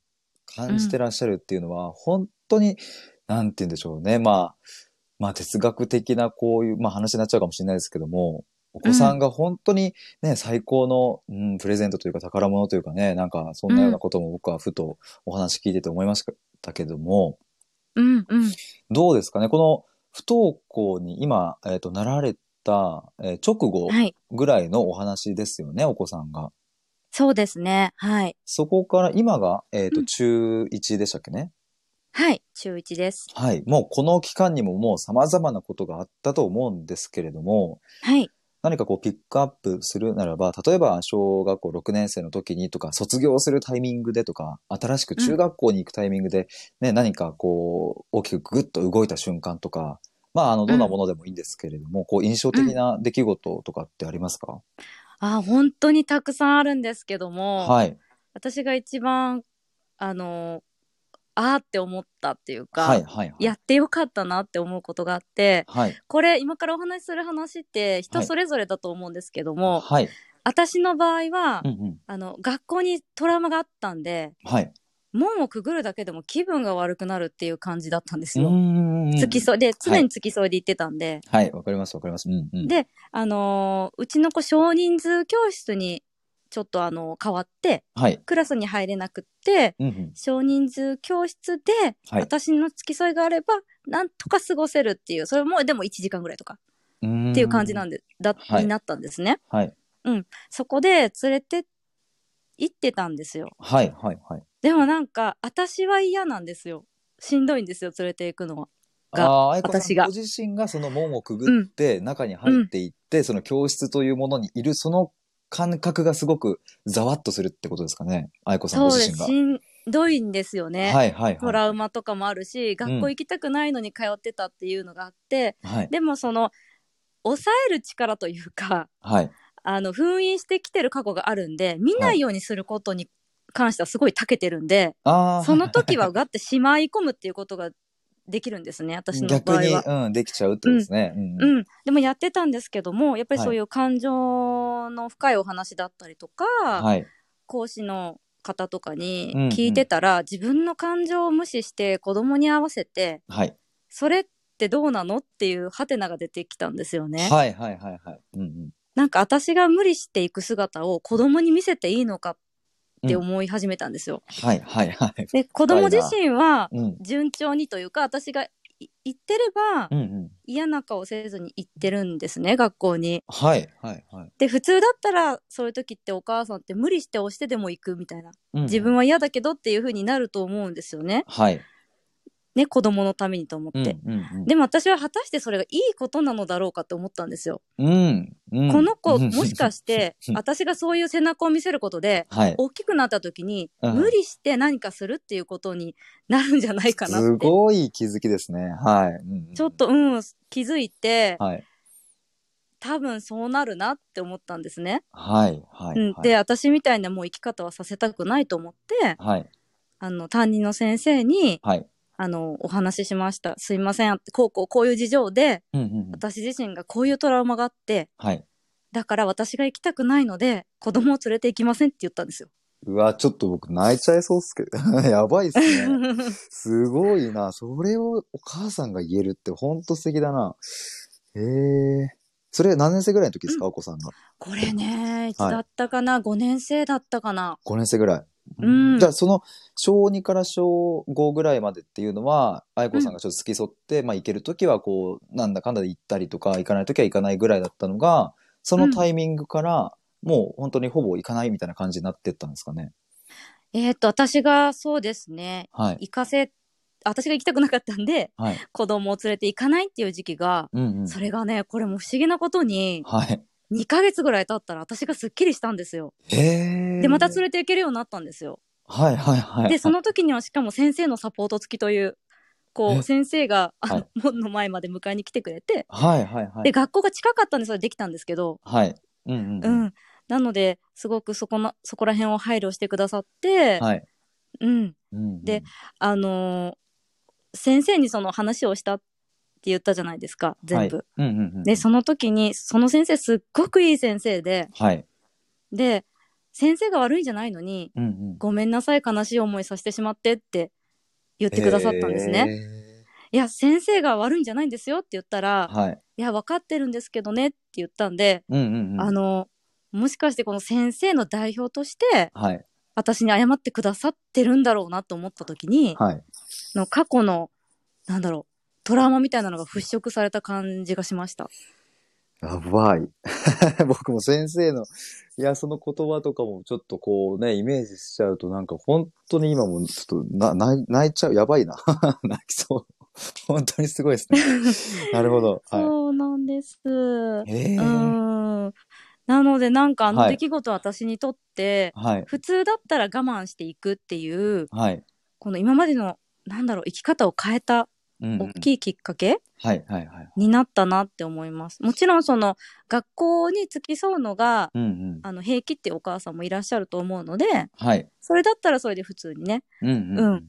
感じてらっしゃるっていうのは、本当に、なんて言うんでしょうね。まあ、まあ哲学的なこういう、まあ話になっちゃうかもしれないですけども、お子さんが本当にね、最高の、うん、プレゼントというか宝物というかね、なんかそんなようなことも僕はふとお話聞いてて思いましたけども、 うんうん。どうですかねこの不登校に今、えーとなられた、えー直後はい。ぐらいのお話ですよね、お子さんが。そうですね。はい。そこから今が、えーとうん中1でしたっけね、はい。中1です。はい。もうこの期間にももう様々なことがあったと思うんですけれども、はい。何かこうピックアップするならば、例えば小学校6年生の時にとか、卒業するタイミングでとか、新しく中学校に行くタイミングで、ね、何かこう、大きくグッと動いた瞬間とか、まあ、あの、どんなものでもいいんですけれども、こう、印象的な出来事とかってありますか、あ、本当にたくさんあるんですけども、はい。私が一番、あの、あーって思ったっていうか、はい、はい、はい。やってよかったなって思うことがあって、はい。これ今からお話しする話っては人いそれぞれだと思うんですけども、はい。私の場合は、うんうん。あの学校にトラウマがあったんではい。門をくぐるだけでも気分が悪くなるっていう感じだったんですうーよ。ん。付き添いで常に付き添いで行ってたんで、はい、わかります、わかります。うんうん。であのーうちの子少人数教室にちょっとあの変わってはい。クラスに入れなくってうんうん。少人数教室ではい私の付き添いがあればなんとか過ごせるっていうそれもでも1時間ぐらいとかうーんっていう感じなんで、だはいになったんですね。はい。そこで連れて行ってたんですよ。はい、はい、はい。でもなんか私は嫌なんですよ。しんどいんですよ連れて行くのは。がああ、愛子さん私がご自身がその門をくぐって、中に入っていって、その教室というものにいる、その感覚がすごくざわっとするってことですかね。愛子さんそごう自で身が。すしんどいんですよね。はいはいトはラウマとかもあるし学校行きたくないのに通ってたっていうのがあって、い。はい。でもその抑える力というか はい。あの封印してきてる過去があるんで見ないようにすることに関してはすごい長けてるんで、ああ、その時はガってしまい込むっていうことができるんで すね私の場合逆は。に、うん、できちゃうってことですね。うんうんうん、でもやってたんですけどもやっぱりはいそういう感情の深いお話だったりとか、はい。講師の方とかにうんうん聞いてたら、自分の感情を無視して子供に合わせてはい。それってどうなのっていうハテナが出てきたんですよね。はいはいはいはい。うんうん。なんか私が無理していく姿を子供に見せていいのかってうん思い始めたんですよ。はいはいはい。で子供自身はうん。順調にというか私がい行ってればうんうん。嫌な顔せずに行ってるんですね学校に。はいはいはい。で普通だったらそういう時ってお母さんって無理して押してでも行くみたいなうんうん自分は嫌だけどっていう風になると思うんですよねはい。ね子供のためにと思うっんて、うんでも私は果たしてそれがいいことなのだろうかって思ったんですよ、うん。うん。この子もしかししてうん私がそういう背中を見せることでて、 はい。大きくなった時にうん無理して何かするっていうことになるんじゃないかなすってごい気づきですね。はい。うんうんちょっとうん気づいてはい。多分そうなるなって思ったんですね、はい。はい。うん、で私みたいなもう生き方はさせたくないと思って、はい。あの、担任の先生に、はい。あの、お話ししました。すいません。こうこう、こういう事情で、うんうんうん。私自身がこういうトラウマがあって、はい。だから私が行きたくないので、子供を連れて行きませんって言った んですよ。うわ、ちょっと僕泣いちゃいそうっすけど。 やばいっす ね。すごいな。それをお母さんが言えるってほんと素敵だな。へえ。それ何年生ぐらいの時ですか、お子さんが。これね、いつはいだったかな、5年生だったかな。 5年生ぐらい。うんじゃあ、その、小2から小5ぐらいまでっていうのは、愛子さんがちょっと付き添って、まあ、行けるときは、こう、なんだかんだで行ったりとか、行かないときは行かないぐらいだったのが、そのタイミングから、もう本当にほぼ行かないみたいな感じになってったんですかね。えっ、と、私がそうですね、はい。行かせ私が行きたくなかったんではい。子供を連れて行かないっていう時期が、うんうん。それがねこれも不思議なことにはい。 2ヶ月ぐらい経ったら私がすっきりしたんですよ。へえ。 でまた連れて行けるようになったんですよ。はいはいはい。でその時にはしかも先生のサポート付きというこえう先生があのはい門の前まで迎えに来てくれてはいはいはでい。学校が近かったんでそれできたんですけど、はい。うんうん。う。ん、なのですごくそこのそこら辺を配慮してくださって、はい。うん、うんうんで、あのー先生にその話をしたって言ったじゃないですか全部。はい。うんうんうん。でその時にその先生すっごくいい先生ではい。で先生が悪いんじゃないのにうんうん。ごめんなさい悲しい思いさせてしまってって言ってくださったんですね。ね。いや先生が悪いんじゃないんですよって言ったらはい。 「いや分かってるんですけどね」って言ったんで、うんうんうん。あ、のもしかしてこの先生の代表としてはい。私に謝ってくださってるんだろうなと思った時に、はい。の過去のなんだろうトラウマみたいなのが払拭された感じがしました。やばい。 僕も先生の、いや、その言葉とかもちょっとこうね、イメージしちゃうとなんか本当に今もちょっとな、泣い泣いちゃう。やばいな。 泣きそう。本当にすごいです ね。なるほど。はそうなんでい。す。ええう。ーんなのでなんかあのはい出来事は私にとって、はい。普通だったら我慢していくっていうはい。この今までのなんだろう生き方を変えたうんうん大きいきっかけ、はいはいはい。になったなって思います。もちろんその学校に付き添うのがうんうん。あの平気っていうお母さんもいらっしゃると思うのではい。それだったらそれで普通にねうんうん。うん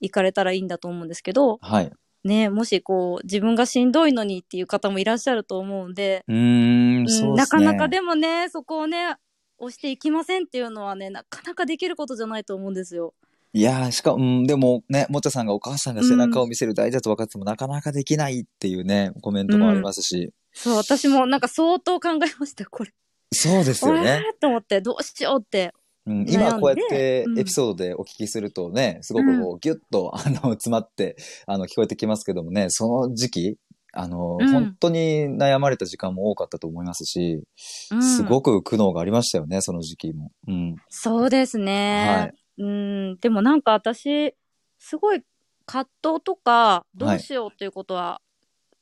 行かれたらいいんだと思うんですけど、はい。ね、もしこう自分がしんどいのにっていう方もいらっしゃると思うんで、うーん、うそんうでなすかね。なかでもねそこをね押していきませんっていうのはねなかなかできることじゃないと思うんですよ。いやー、しかも、うん、でもね、もっちゃさんがお母さんが背中を見せる大事だと分かってても、なかなかできないっていうね、コメントもありますし。そう私もなんか相当考えましたこれ。そうですよわね。ーっと思ってどうしようってうん、悩んで今こうやってうんエピソードでお聞きするとね、すごくこうギュッと、あの、 詰まって、あの、聞こえてきますけどもね、その時期、あの、うん本当に悩まれた時間も多かったと思いますし、うんすごく苦悩がありましたよね、その時期も。うん。そうですね。はいうん、でもなんか私、すごい葛藤とか、どうしようっていうことは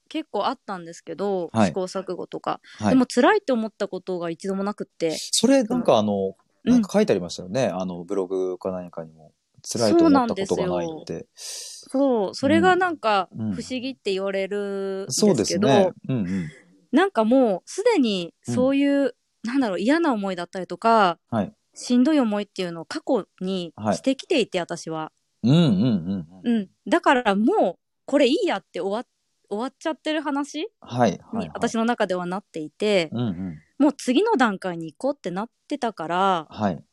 結構あったんですけど、はい試行錯誤とか。はいで。も辛いって思ったことが一度もなくって、それ、なんかあの、うんなんか書いてありましたよね。あの、ブログか何かにも。辛いと思ったことがないって。そう、それがなんか不うん思議って言われるんですそけど、うですね。うんうん。なんかもうすでにそういう、なんだろう、嫌な思いだったりとか、はいしんどい思いっていうのを過去にしてきていて、私は。うんうんうんうん。うん、だからもうこれいいやって終わ終わっちゃってる話はいはい、はい。に私の中ではなっていて、うんうん。もう次の段階に行こうってなってたからはい。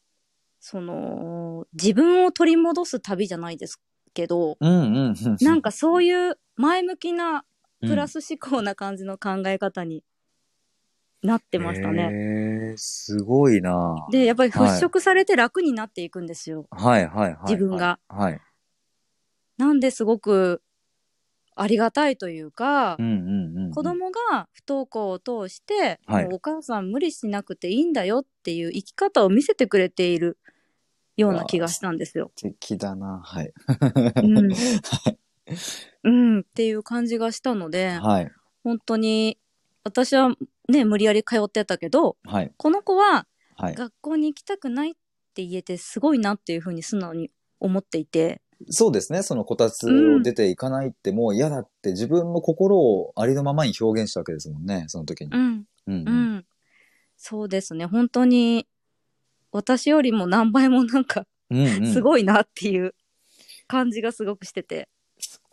その自分を取り戻す旅じゃないですけどうんうんうん。なんかそういう前向きなうん、プラス思考な感じの考え方になってましたね。へーすごいなでやっぱりはい払拭されて楽になっていくんですよ。はいはいはい。自分が。はい。なんですごくありがたいというか、うんうんうんうん。子供が不登校を通して、はいもうお母さん無理しなくていいんだよっていう生き方を見せてくれているような気がしたんですよ。素敵だな はい。 うん、うん、っていう感じがしたので、はい。本当に私はね無理やり通ってたけどはい。この子ははい。学校に行きたくないって言えてすごいなっていうふうに素直に思っていて、そうですね。そのこたつを出ていかないってもう嫌だって自分の心をありのままに表現したわけですもんね。その時にう。んうんううん。ん、そうですね本当に私よりも何倍もなんかうんうんすごいなっていう感じがすごくしてて。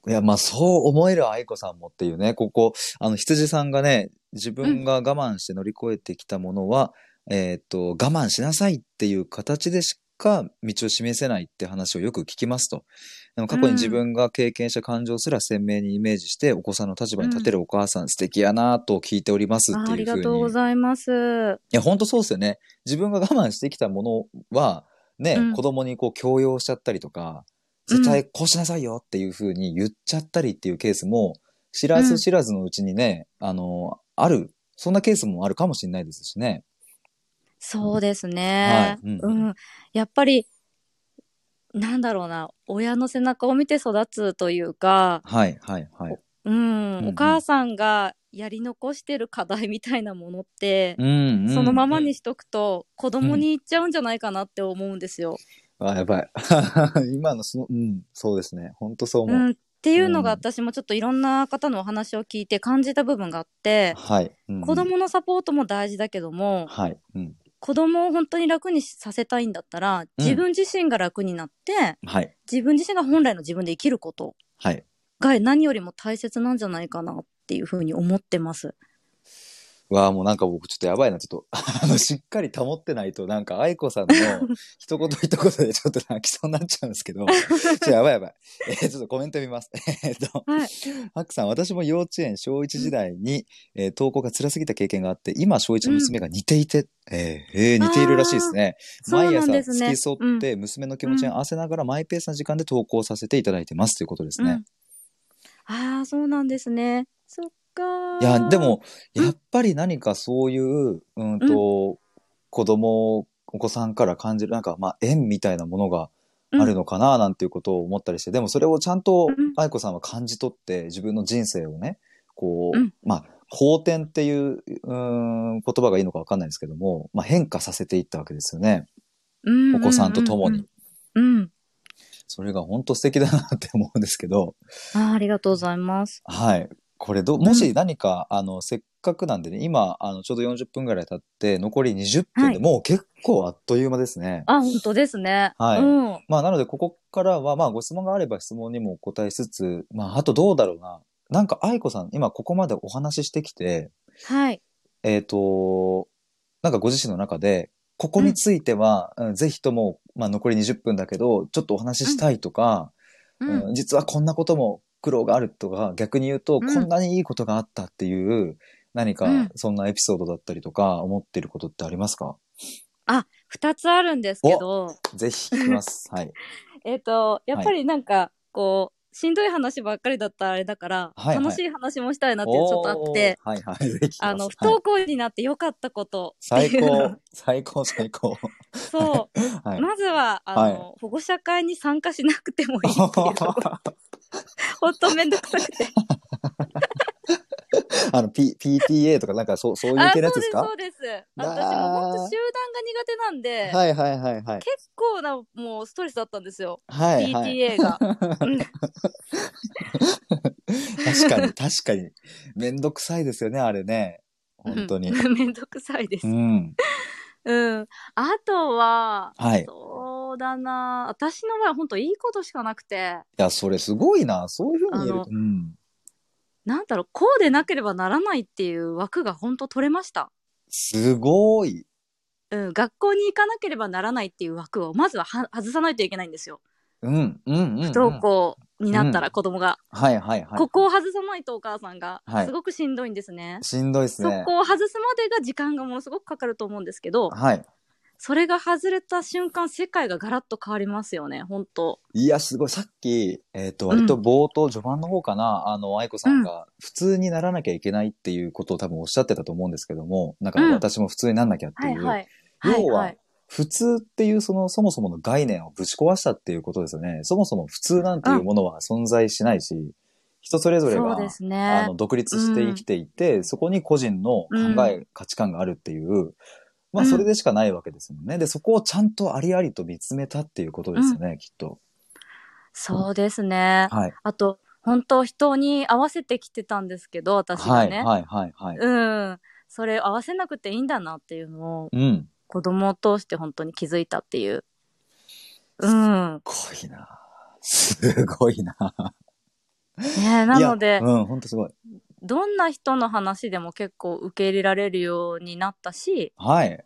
いや、まあ、そう思える愛子さんもっていうね、ここ、あの、羊さんがね、自分が我慢して乗り越えてきたものは、えーっと、我慢しなさいっていう形でしか道を示せないって話をよく聞きますと。でも過去に自分が経験した感情すら鮮明にイメージして、お子さんの立場に立てるお母さん、素敵やなぁと聞いておりますってああいりうふうがに。とうございまいす。や、本当そうですよね。自分が我慢してきたものは、ね、うん子供にこう強要しちゃったりとか、うん絶対こうしなさいよっていう風に言っちゃったりっていうケースも、知らず知らずのうちにね、あの、ある、そんなケースもあるかもしれないですしね。そうですね。はいうんうん、やっぱりなんだろうな、親の背中を見て育つというか、はいはいはい。うん、うんお母さんがやり残してる課題みたいなものって、うん、うん。そのままにしとくと、子供に行っちゃうんじゃないかなって思うんですよ。あ、やばい。 今のその、うん、そうですね。ほんとそうう思う。ん、っていうのがうん私もちょっといろんな方のお話を聞いて感じた部分があって、はい。うん子供のサポートも大事だけども、はい。うん。子供を本当に楽にさせたいんだったら、自分自身が楽になって、はい。自分自身が本来の自分で生きることはい。が何よりも大切なんじゃないかなっていうふうに思ってます。わあ、もうなんか僕ちょっとやばいな。ちょっと、 あの、しっかり保ってないと、なんか愛子 さんの一言一言でちょっと泣きそうになっちゃうんですけど、ちょっとやばいやばい。えーちょっとコメント見ます。えーっと、はい。ハックさん、私も幼稚園小1時代に、えー登校が辛すぎた経験があって、今小1の娘が似ていて、えーえー似ているらしいですね。そう毎なん朝です付ね。き添って、娘の気持ちに合わせながらマイペースな時間で投稿させていただいてますということですうん、うねん。ああ、そうなんですね。そっかー。いや、でも、やっぱり何かそういう、うんと、子供を、お子さんから感じる、なんか、まあ、縁みたいなものがうん、あるのかな、なんていうことを思ったりして、でもそれをちゃんとうん、愛子さんは感じ取って、自分の人生をね、こう、うんまあ、好転っていう、うん、言葉がいいのかわかんないですけども、まあ、変化させていったわけですよね。うん、お子さんと共に。うん。うんうんそれが本当素敵だなって思うんですけど、あーありがとうございます。はい。これど、もし何か、あの、せっかくなんでね、今、あの、ちょうど40分ぐらい経って、残り20分で、はいもう結構あっという間ですね。あ、本当ですね。はいうん。まあ、なので、ここからは、まあ、ご質問があれば質問にもお答えしつつ、まあ、あとどうだろうな。なんか、愛子さん、今ここまでお話ししてきて、はい。えっ、と、なんかご自身の中で、ここについては、うんぜひとも、まあ、残り20分だけど、ちょっとお話ししたいとか、うん。うん実はこんなことも苦労があるとか逆に言うと、うんこんなにいいことがあったっていう何かうんそんなエピソードだったりとか思ってることってありますか、あ、二つあるんですけど、ぜひ聞き ます。はい。えっ、と、やっぱりなんか、こう、しんどい話ばっかりだったらあれだから、はいはい楽しい話もしたいなっていうのちょっとあって、おー。はいはい。ぜひ聞きますあはの、不い登校になってよかったことって最いうのを高、最高、最高。 そはう。い。まずは、あの、は保護者会に参加しなくてもいいっていう ところ。ほんとめんどくさくて。 あの、P、PTA とかなんかそう、そういうあ、そ系うのやで、つですすかそうです。だー私もほんと集団が苦手なんで、はいはいはいはい。結構な、もうストレスだったんですよ。はいはい PTA が。うん確かに、確かに。めんどくさいですよね、あれね。本 当に。うんめんどくさいですう。ん。うん。あとは、はい。そうだな私の場合は本当いいことしかなくて、いや、それすごいな。そういうふうに言えると。うん。なんだろう、こうでなければならないっていう枠が本当取れました。すごい。うん、学校に行かなければならないっていう枠をまずはは外さないといけないんですよ。うん、うん、うんうん。不登校になったら子供が、はい、はい、はい。ここを外さないとお母さんがはいすごくしんどいんですね。しんどいですそね。こを外すまでが時間がものすごくかかると思うんですけど、はい。それが外れた瞬間世界がガラッと変わりますよね、本当。いや、すごい。さっき、えっ、と、う割んと冒頭、序盤の方かな、あの、愛子さんが、普通にならなきゃいけないっていうことを多分おっしゃってたと思うんですけども、なんかうん私も普通になんなきゃってはいいう。はい。はい要は、はい。普通っていうその、そもそもの概念をぶち壊したっていうことですよね。そもそも普通なんていうものは存在しないし、人それぞれそうが、ですあねの。独立して生きていて、そこに個人の考え、価値観があるっていう、まあうんそれでしかないわけですもんね。で、そこをちゃんとありありと見つめたっていうことですよね、きっと。そうですね。はい。あと、本当人に合わせてきてたんですけど、私はがい、ね。はい、はい、はい。うん。それ合わせなくていいんだなっていうのをうん。子供を通して本当に気づいたっていう。うん。すごいなすごいなねえなのでいや、うん、ほんとすごい。どんな人の話でも結構受け入れられるようになったし、はい。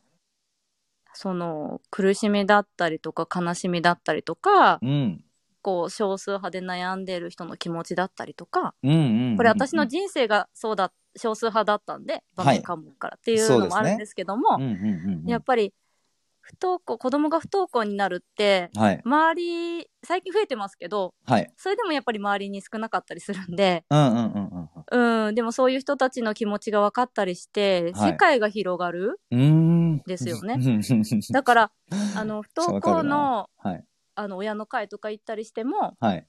その苦しみだったりとか悲しみだったりとか、うん。こう少数派で悩んでいる人の気持ちだったりとか、うん、うんうん。これ私の人生がそうだ、少数派だったんで、バはいカ科目からっていうのもあるんですけども、うん、うん、うんうん。やっぱり不登校、子供が不登校になるって、はい、周り、最近増えてますけど、はい。それでもやっぱり周りに少なかったりするんで、うん、うん、うんうんうん、でもそういう人たちの気持ちが分かったりして、はい世界が広がる。うん。うーん。ですよねうん。うんうんうんだから、あの、不登わか校るなの、はい。あの親の会とか行ったりしても はい。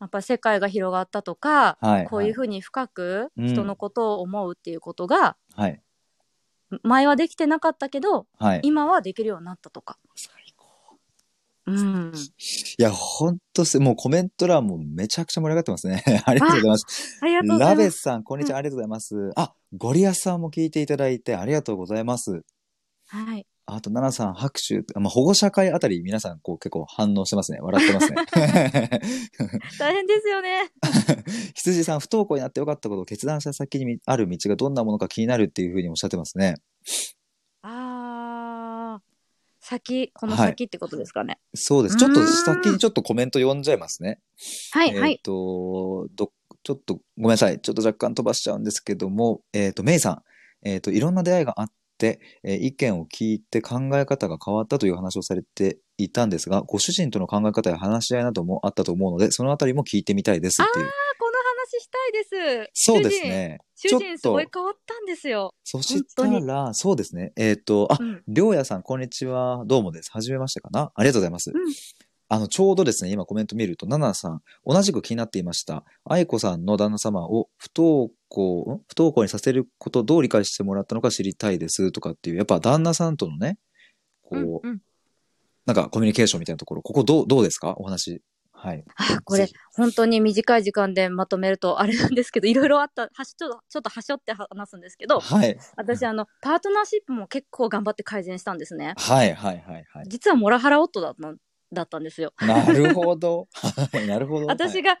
やっぱり世界が広がったとか、はい。こういううふうに深くうん人のことを思うっていうことが、はい。前はできてなかったけどはい。い今はできるようになったとか。うん、や、ほんとす、もうコメント欄もめちゃくちゃ盛り上がってますね。 ありがとうございます。ありがとうござラいまベす。スさん、こんにちは。ありがとうございます。あ、ゴリアスさんも聞いていただいてありがとうございます。はい、あと、奈々さん、拍手。あまあ、保護者会あたり、皆さん、こう、結構反応してますね。笑ってますね。 大変ですよね。羊さん、不登校になってよかったこと、決断した先にある道がどんなものか気になるっていうふうにおっしゃってますね。ああ、先、この先ってことですかね。そうです。うーんちょっと先にちょっとコメント読んじゃいますね。はい、はえっ、い、とど、ちょっとごめんなさい。ちょっと若干飛ばしちゃうんですけども、えっ、と、メイさん、えっ、と、いろんな出会いがあって、えー意見を聞いて考え方が変わったという話をされていたんですが、ご主人との考え方や話し合いなどもあったと思うので、そのあたりも聞いてみたいですっていう。あこの話したいです。そうですね。主人。主ちょっ人とすごい変わったんですよ。そし本た当ら、そうですね。えっ、と、あう、ん、りょうやさん、こんにちは。どうもです。はじめましてかな。ありがとうございます。うんあの、ちょうどですね、今コメント見ると、ナナさん、同じく気になっていました。愛子さんの旦那様を不登校、ん不登校にさせることをどう理解してもらったのか知りたいですとかっていう、やっぱ旦那さんとのね、こう、うんうんなんかコミュニケーションみたいなところ、ここどう、どうですかお話。はい。あこぜれひ本当に短い時間でまとめるとあれなんですけ どいろいろあったはしちょっとちょっとはしょって話すんですけどはい。私あのパートナーシップも結構頑張って改善したんですねはい、はい、はい、は実はモラハラ夫だったのだったんですよい。なるほど。はいなるほど。私が、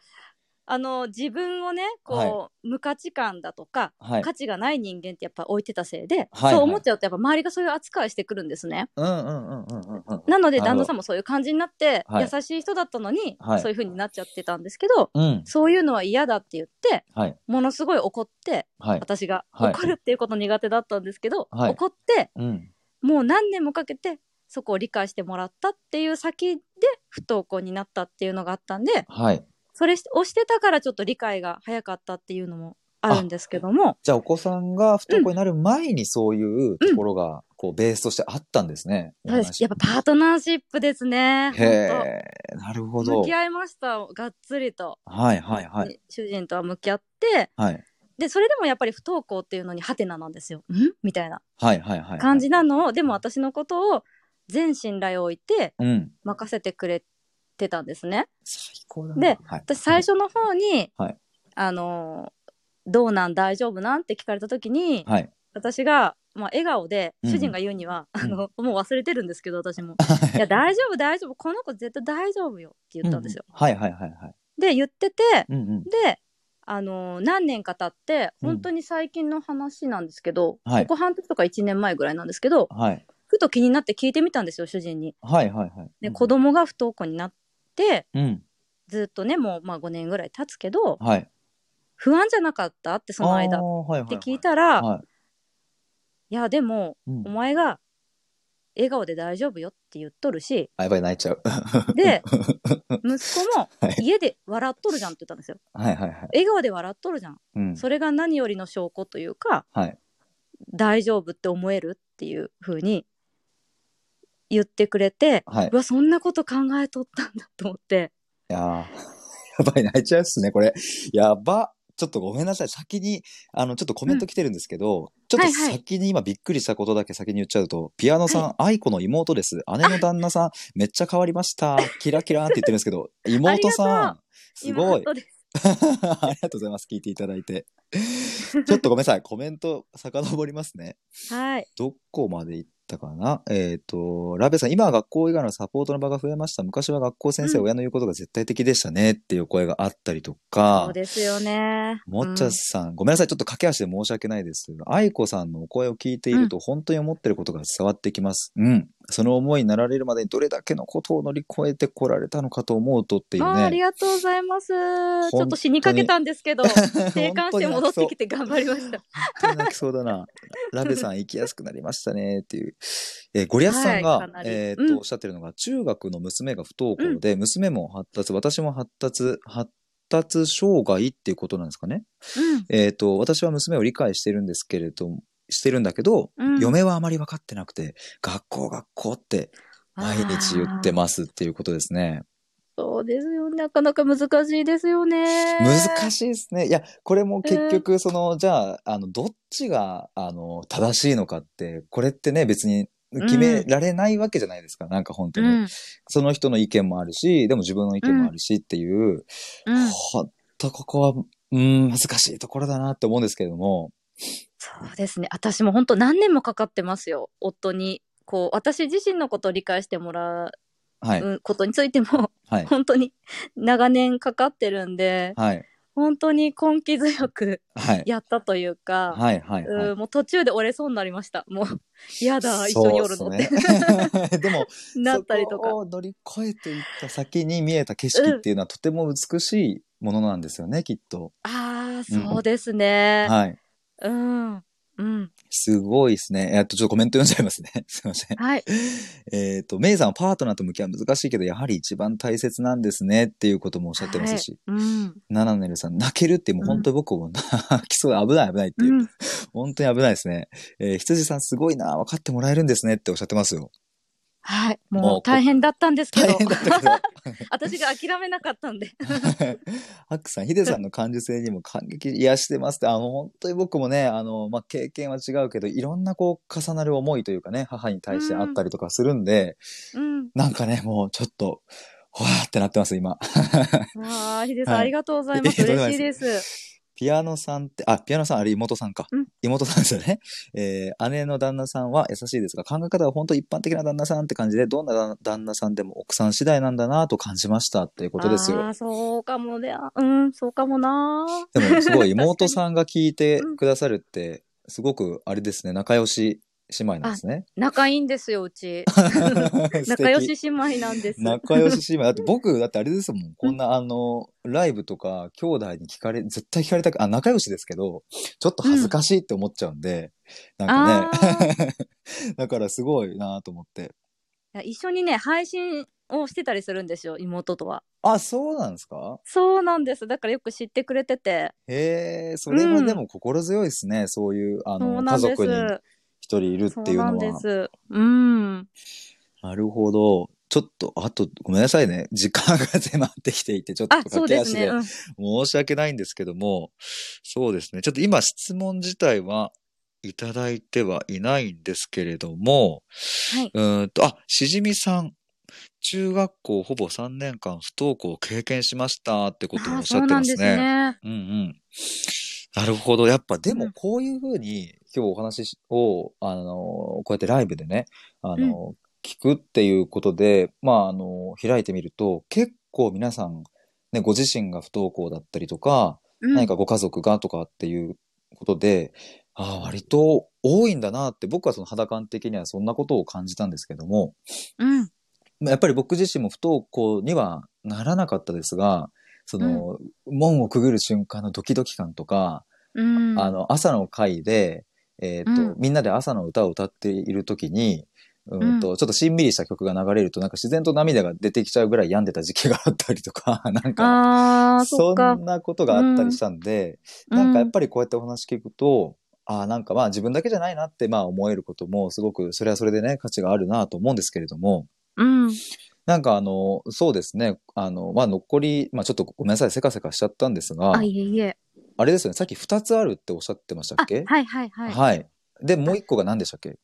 あの自分をねこう、は無価値観だとかはい、はい。価値がない人間ってやっぱ置いてたせいで、はいそう思っちゃうとやっぱ周りがそういう扱いしてくるんですね。うんうんうんうんうんうん。ななるほので旦ど那さんもそういう感じになって、はい優しい人だったのに、はいそういう風になっちゃってたんですけどうん。そういうのは嫌だって言ってはい。ものすごい怒ってはい。私が、はい怒るっていうこと苦手だったんですけど、はい怒ってうん。もう何年もかけてそこを理解してもらったっていう先で不登校になったっていうのがあったんで、はい。それをしてたからちょっと理解が早かったっていうのもあるんですけどもじゃあお子さんが不登校になる前にそういうところが、こうベースとしてあったんですね。おそうです話やっぱパートナーシップですへね本え、なるほ当ど。向はいき合いましたがっつりと、はいはい。主人とは向き合ってはいでそれでもやっぱり不登校っていうのにハテナなんですよんみたいなはいはいはい。感じなのを、でも私のことを全信頼を置いてうん。任せてくれてたんですね最高だでね。はい私最初の方に、はいあのどうなん大丈夫なんって聞かれた時に、はい。私が、まあ、笑顔でうん主人が言うには、んあのもう忘れてるんですけど 私も「いや大丈夫大丈夫この子絶対大丈夫よ」って言ったんですよ。う。はいはいはいはい。で言っててうんうん。で、あのー何年か経ってうん本当に最近の話なんですけど、はいここ半年とか1年前ぐらいなんですけどはいふと気になって聞いてみたんですよ主人に。はいはいはい。で子供が不登校になってうん。ずっとねもうまあ5年ぐらい経つけどはい。不安じゃなかったってその間あーっはいはいて聞いら、たら、はいやでもいうんお前が笑顔で大丈夫よって言っとるし、あ、やばい泣いちゃう。 で、息子もはい家で笑っとるじゃんって言ったんですよ。はいはいはい。笑顔で笑っとるじゃん。うん。それが何よりの証拠というか、はい。大丈夫って思えるっていう風に言ってくれて、。はいうわ、そんなこと考えとったんだと思って。いやー やばい、泣いちゃうっすね、これ。やば。ちょっとごめんなさい。先に、あの、ちょっとコメント来てるんですけど、ちょっはといはい先に今びっくりしたことだけ先に言っちゃうと、ピアノさん、愛子の妹です。姉の旦那さん、めっちゃ変わりました。キラキラーって言ってるんですけど、妹さあん、すごい今。。後です ありがとうございます。聞いていただいて。ちょっとごめんなさい。コメント遡りますね。はい。どこまで行ったかなえっ、と、ラベさん、今は学校以外のサポートの場が増えました。昔は学校先生、うん親の言うことが絶対的でしたねっていう声があったりとそかう、ですよね。もっちゃさん、ごめんなさい。ちょっと駆け足で申し訳ないです。愛子さんのお声を聞いていると、本当に思ってることが伝わってきます。うん。その思いになられるまでにどれだけのことを乗り越えてこられたのかと思うとってういんうあーありね。がとうございます。本ち当にょっと死にかけたんです けど、生還して戻ってきて。て頑張りました。本当に泣きそうだ な。ラベさん、行きやすくなりましたねっていう。えーゴリアスさんはがいか、なりえーっうと、んおっしゃってるのが、中学の娘が不登校で、娘も発達、私も発達、発達障害っていうことなんですかね。うんえーっと、私は娘を理解してるんですけれども、してるんだけど、うん嫁はあまり分かってなくて、学校学校ってあ毎ー日言ってますっていうことですね。そうですよ。なかなか難しいですよね。難い。しいですね。いや、これも結局、その、じゃあ、あの、どっちが、あの、正しいのかって、これってね、別に決められないわけじゃないですか。なんか本当うに。ん。その人の意見もあるし、でも自分の意見もあるしっていう、うん。ほんとここは、うん、難しいところだなって思うんですけれども、そうですね。私も本当何年もかかってますよ。夫に。こう、私自身のことを理解してもらはい、うことについても、はい、本当に長年かかってるんで、はい、本当に根気強くはい、やったというか、はい、はい、はうい。んもう途中で折れそうになりました。もう、嫌だ、一緒におるのって、そうっすね でも、なったりとそかこ。を乗り越えていった先に見えた景色っていうのはとても美しいものなんですよね、きっと。ああ、うんそうですね。はい。うん。うん。すごいですね。えっと、ちょっとコメント読んじゃいますね。 すいません。はい。えっと、メイさんはパートナーと向き合うのは難しいけど、やはり一番大切なんですねっていうこともおっしゃってますし、うん。ナナネルさん、泣けるってもう本当に僕も 泣きそう、危ない危ないっていうう。ん。本当に危ないですね。えー羊さんすごいな、分かってもらえるんですねっておっしゃってますよ。はい。ももうう大変だったんですけ大ど変、だったけど。私が諦めなかった んで。ハック さん、ヒデさんの感受性にも感激癒してますって、あの、本当に僕もね、あの、まあ、経験は違うけど、いろんなこう、重なる思いというかね、母に対してあったりとかするんで、うん。なんかね、もうちょっと、ほわーってなってます、今。ああ、ヒデさん、はいありがとうございます。ありがとうござい嬉ましすいです。ピアノさんって、あ、ピアノさん、あれ妹さんか。うん妹さんですよね。 えー姉の旦那さんは優しいですが、考え方は本当一般的な旦那さんって感じで、どんな旦旦那さんでも奥さん次第なんだなと感じましたっていうことですよ。ああ、そうかもね。うん、そうかもな。でもすごい妹さんが聞い てくださるって、すごくあれですね、仲良し姉妹なんですね。仲いいんですよ、うち。 素仲良敵し姉妹なんです。仲 良し姉妹。だって僕、だってあれですもん。こんなあの、ライブとか、兄弟に聞かれ、絶対聞かれたく、あ、仲良しですけど、ちょっと恥ずかしいって思っちゃうんで、なんかね、 だからすごいなと思って。いや一緒にね、配信をしてたりするんですよ、妹とは。あ、そうなんですかそうなんです。だからよく知ってくれてて。へえ、それはでも心強いですね。そういう、あそうの、な家んで族にす。一人いるっそうていうなのんでは。す。うん。なるほど。ちょっと、あと、ごめんなさいね。時間が迫ってきていて、ちょっとあ、そ駆うけです足ね。でうん申し訳ないんですけども、そうですね。ちょっと今質問自体はいただいてはいないんですけれども、はい。うーんと、あ、しじみさん、中学校ほぼ3年間不登校を経験しましたってことをおあっーしゃそっうてなまんすですね。ね。うんうん。なるほど。やっぱ、でうもんこういうふうに、今日お話しを、あの、こうやってライブでね、あの、聞くっていうことで、まあ、あの、開いてみると、結構皆さん、ね、ご自身が不登校だったりとか、うん何かご家族がとかっていうことで、ああ、割と多いんだなって、僕はその肌感的にはそんなことを感じたんですけども、うん。まあやっぱり僕自身も不登校にはならなかったですが、その、門をくぐる瞬間のドキドキ感とか、うん。あの、朝の会で、えっ、と、うんみんなで朝の歌を歌っている時に、うんとちょっとしんみりした曲が流れると、なんか自然と涙が出てきちゃうぐらい病んでた時期があったりとか、 なんか、ああ、そそっかん。なことがあったりしたんで、なんかやっぱりこうやってお話聞くと、ああ、なんかまあ自分だけじゃないなってまあ思えることも、すごく、それはそれでね、価値があるなと思うんですけれども、うん。うん。なんかあの、そうですね。あの、まあ、残り、まあ、ちょっとごめんなさい、せかせかしちゃったんですが、あ、いえいえ。あれですよね、さっき2つあるっておっしゃってましたあ、っけはいはいはい。はい。で、もう1個が何でしたっけ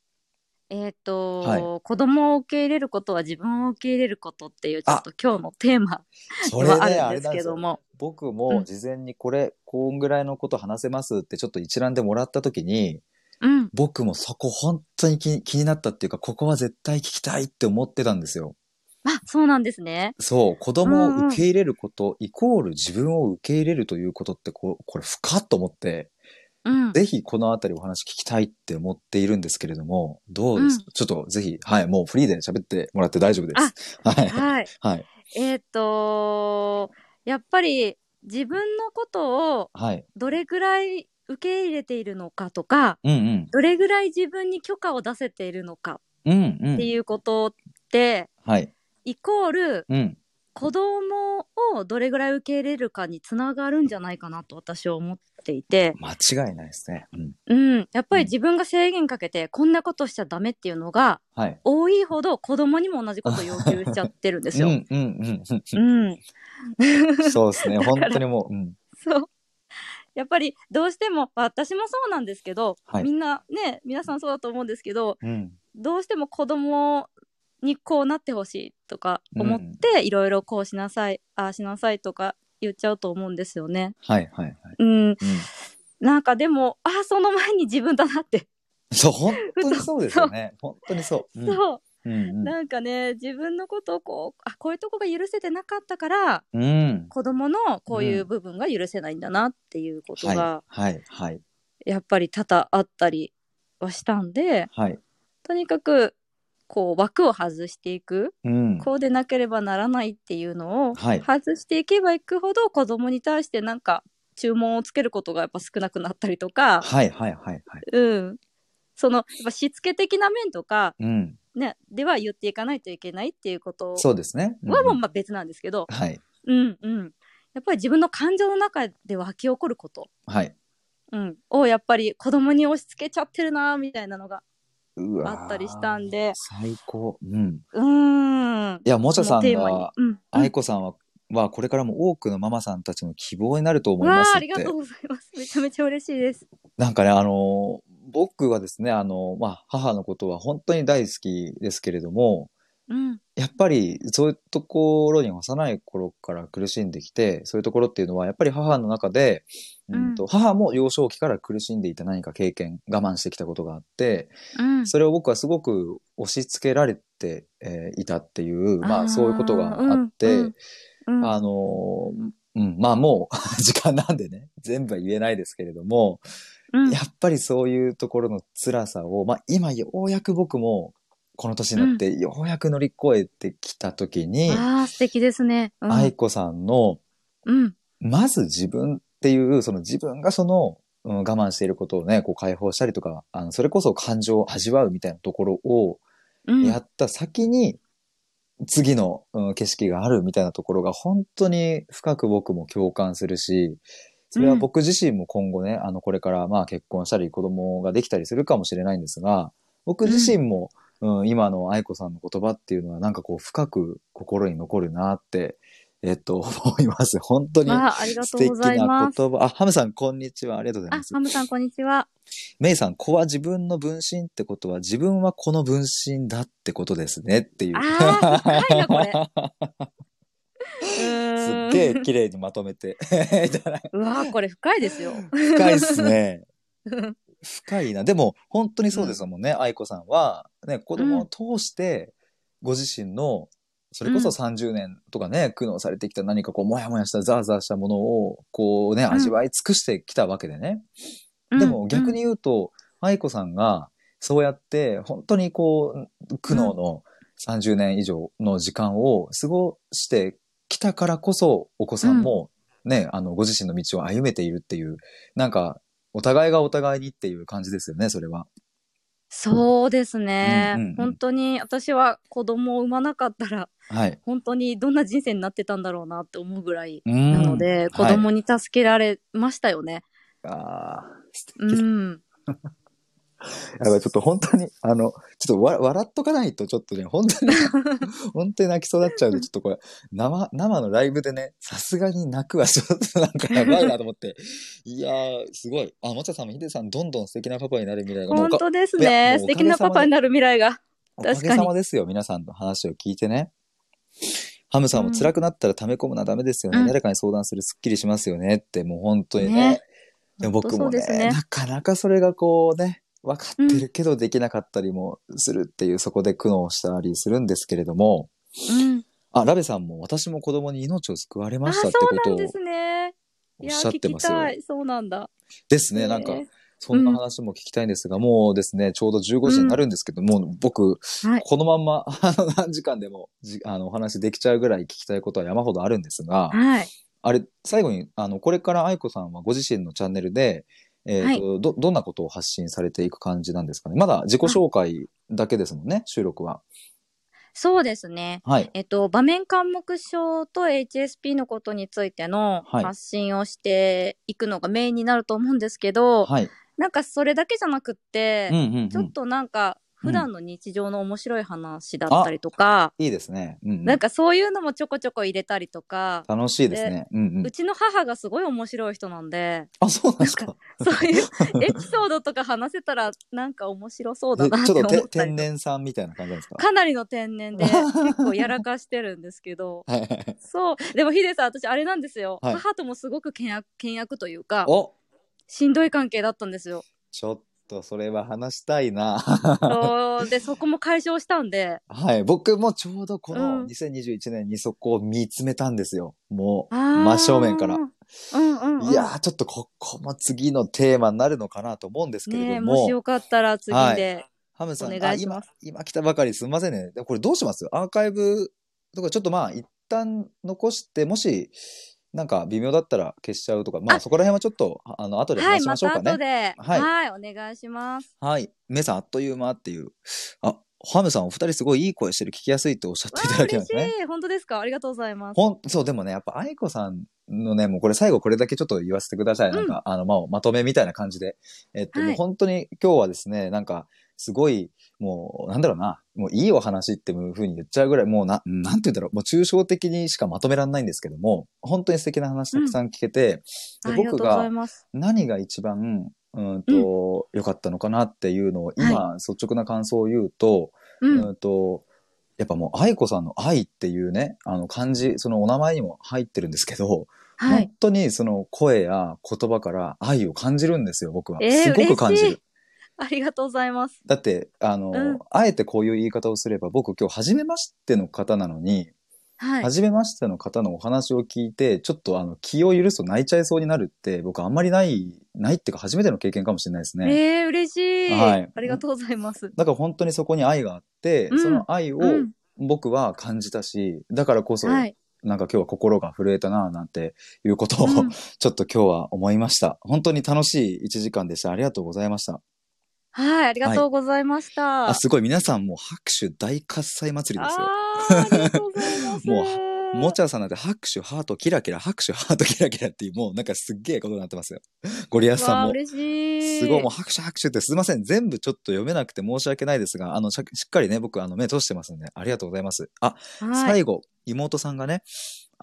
えっと、は子供を受け入れることは自分を受け入れることっていう、ちょっと今日のテーマそでれね、はああれるんでなすんでけすどよ。も。僕うもん事前にこれ、こんぐらいのこと話せますってちょっと一覧でもらった時に、うん。僕もそこ本当に気気になったっていうか、ここは絶対聞きたいって思ってたんですよ。あ、そうなんですね。そう、子供を受け入れること、イコール自分を受け入れるということってこう、これ深っと思って、うん。ぜひこのあたりお話聞きたいって思っているんですけれども、どうですか、ちょっとぜひ、はい、もうフリーで喋ってもらって大丈夫です。はい。はい。はい。えっと、やっぱり自分のことをはい。どれぐらい受け入れているのかとか、うんどれぐらい自分に許可を出せているのかうん。うんうってん。いうことって、はい。イコールうん。子供をどれぐらい受け入れるかにつながるんじゃないかなと私は思っていて、間違いないですね。うん。うん、やっぱり自分が制限かけてこんなことしちゃダメっていうのがはい。多いほど子供にも同じこと要求しちゃってるんですうよ。んうんうんううん、ん。そうですね。本当にもう、うん。そう。やっぱりどうしても私もそうなんですけど、はいみんなね皆さんそうだと思うんですけどうん。どうしても子供にこうなってほしいとか思っていろいろこうしなさい、ああしなさいとか言っちゃうと思うんですよね。はいはいはい。うん、うん。なんかでもああその前に自分だなって、そう、本当にそうですよ ね。本当にそう。うんそううんなんかね自分のことをこうあこういうとこが許せてなかったからうん。うん。子供のこういううん部分が許せないんだなっていうことが、はいはいはいやっぱり多々あったりはしたんではい。とにかくこう枠を外していくうん。こうでなければならないっていうのをはい外していけばいくほど子供に対してなんか注文をつけることがやっぱ少なくなったりとか、はいはいはいはい。うん、そのやっぱしつけ的な面とか、うん。ね、では言っていかないといけないっていうことそうですね。うんはもうまあ別なんですけど、はいうんうん、やっぱり自分の感情の中で湧き起こること、はい。うん、をやっぱり子供に押し付けちゃってるなみたいなのがうわーあったりしたんで最高。うん。うーん。いや、もちゃさんそのテーマにが、うん、愛子さんは、はこれからも多くのママさんたちの希望になると思ういわますあ、っありがてとう。ございます。めちゃめちゃ嬉しいです。なんかね、あのー、僕はですね、あのー、まあ、母のことは本当に大好きですけれども、うん。やっぱりそういうところに幼い頃から苦しんできて、そういうところっていうのは、やっぱり母の中で、うんと母も幼少期から苦しんでいた何か経験、我慢してきたことがあって、うん。それを僕はすごく押し付けられて、えーいたっていう、まあーあそういうことがあって、うんうんあのーうん、まあもう 時間なんでね、全部は言えないですけれども、うんやっぱりそういうところの辛さを、まあ今ようやく僕もこの年になってようやく乗り越えてきた時に、ああ、素敵ですね。うん。愛子さんの、うん。まず自分っていう、その自分がその、うん、我慢していることをね、こう解放したりとか、あの、それこそ感情を味わうみたいなところをうん。やった先に、次の、うん、景色があるみたいなところが本当に深く僕も共感するし、それは僕自身も今後ね、あの、これからまあ結婚したり子供ができたりするかもしれないんですが、僕自身も、うん、今の愛子さんの言葉っていうのはなんかこう深く心に残るなって、えっと、思います。本当に。わあ、ありが素とう敵ごなざい言ます。葉。あ、ハムさん、こんにちは。ありがとうございあま、すハ。ムさん、こんにち は。メイさん、子は自分の分身ってことは、自分はこの分身だってことですねっていう。ああ、深いな、これ。 すっすげえ綺麗にまとめて。いただいうわあ、これ深いですよ。深いですね。 うん深いな。でも、本当にそうですもんね。愛子さんは、ね、子供を通して、ご自身の、それこそ30年とかね、苦悩されてきた何かこう、もやもやした、ザーザーしたものを、こうね、味わい尽くしてきたわけでね。でも逆に言うと、愛子さんがそうやって本当にこう苦悩の30年以上の時間を過ごしてきたからこそお子さんもね、あのご自身の道を歩めているっていうなんかお互いがお互いにっていう感じですよねそれは。そうですね、うんうんうん本当に私は子供を産まなかったらはい。本当にどんな人生になってたんだろうなって思うぐらいななので、子供に助けられましたよね。あー素敵 うん。やばい、ちょっと本当に、あの、ちょっとわ笑っとかないと、ちょっとね、本当に、本当に泣きそうになっちゃうんで、ちょっとこれ、生、生のライブでね、さすがに泣くはちょっとなんかやばいなと思って。いやー、すごい。あ、もちゃさんもヒデさん、どんどん素敵なパパになる未来が、もう本おか当ですいやもね。う素敵なパパになる未来が。お確かかげにさまですよ、皆さんの話を聞いてね。ハムさんもうん辛くなったら溜め込むのはダメですよね。うん誰かに相談する、スッキリしますよねって、もう本当にね。ねで本当僕もねそうですねなかなかそれがこうね、分かってるけどできなかったりもするっていう、そこで苦悩したりするんですけれども、うん。あ、ラベさんも私も子供に命を救われあまあ、したそってこうなとんをですね。おいっや、しゃっ聞てきますよ。たい。そうなんだ。ですね、なんかへ、そんな話も聞きたいんですが、もうですね、ちょうど15時になるんですけど、もう僕、え。はい。このまんま、あの、何時間でも、じあの、お話できちゃうぐらい聞きたいことは山ほどあるんですが、はい。あれ、最後に、あの、これから愛子さんはご自身のチャンネルで、えっ、と、ど、どんなことを発信されていく感じなんですかね。まだ自己紹介だけですもんね、収録は。そうですね。はい。えっと、場面監目症と HSP のことについてのはい発信をしていくのがメインになると思うんですけど、はい。なんかそれだけじゃなくって、うんうん、うん。ちょっとなんか普段の日常の面白い話だったりとか、いいですね。うん、うん。なんかそういうのもちょこちょこ入れたりとか、楽しいですね。うんうんう。ちの母がすごい面白い人なんで、あ、そうなんですか。そういう エピソードとか話せたらなんか面白そうだでなってちょ思っとてった天りとか然さんみたいな感じなんですか。かなりの天然で結構やらかしてるんですけどはいはいはい。そうでもヒデさん私あれなんですよ、はい母ともすごく倹約倹約というか お、しんどい関係だったんで すよちょっとそれは話したいな。 そうでそこも解消したんではい。僕もちょうどこうのん2021年にそこを見つめたんですよ。もう、あー真正面からう。んうん、うん、いやー、ちょっとここも次のテーマになるのかなと思うんですけねれえどもしも、よかったら次で、ハムさん、おあ願いし今ます、今来たばかりすみませんね。でもこれどうしますアーカイブとかちょっとまあ、一旦残して、もし、なんか微妙だったら消しちゃうとか、まああそこら辺はちょっと、ああの、後では話いしまましょうたか後ね。でははいい、お願いしますはい。メさん、あっという間っていう。あ、ハムさん、お二人すごいいい声してる、聞きやすいとおっしゃっていただきま嬉ししたね。い本当ですかありがとうございますほん、そう、でもね、やっぱ愛子さんのね、もうこれ最後これだけちょっと言わせてください。うんなんか、あの、まあ、まとめみたいな感じで。えっと、はいもう本当に今日はですね、なんか、すごい、もう、なんだろうな、もういいお話っていう風に言っちゃうぐらい、もうな、なんて言うんだろう、もう抽象的にしかまとめられないんですけども、本当に素敵な話たくさん聞けて、あでりがと僕うござがいます何が一番、うんと、良かったのかなっていうのを、今、率直な感想を言うと、うん、うんと、やっぱもう愛子さんの愛っていうね、あの漢字、そのお名前にも入ってるんですけど、は本い当にその声や言葉から愛を感じるんですよ、僕は。えーすごく感じ嬉しるい。ありがとうございますだって、あの、うんあえてこういう言い方をすれば、僕今日初めましての方なのに、はい初めましての方のお話を聞いて、ちょっとあの気を許すと泣いちゃいそうになるって、僕あんまりない、ないっていうか初めての経験かもしれないですね。えー、嬉しい、はいありがとうございます。だから本当にそこに愛があって、うんその愛をうん、僕は感じたし、だからこそ、はい。なんか今日は心が震えたな、なんていうことを、うんちょっと今日は思いました。本当に楽しい1時間でした。ありがとうございました。はい、ありがとうございました。あ、すごい。皆さんもう拍手大喝采祭りですよ。あーありがとうございます。ももちゃさんなんて拍手ハートキラキラ、拍手ハートキラキラっていう、もうなんかすっげえことになってますよ。ゴリアスさわんあも。嬉しい。すごい、もう拍手拍手ってすいません。全部ちょっと読めなくて申し訳ないですが、あの、しゃしっかりね、僕、あの、目通してますんで、ありがとうございます。あ、はい、最後、妹さんがね、はい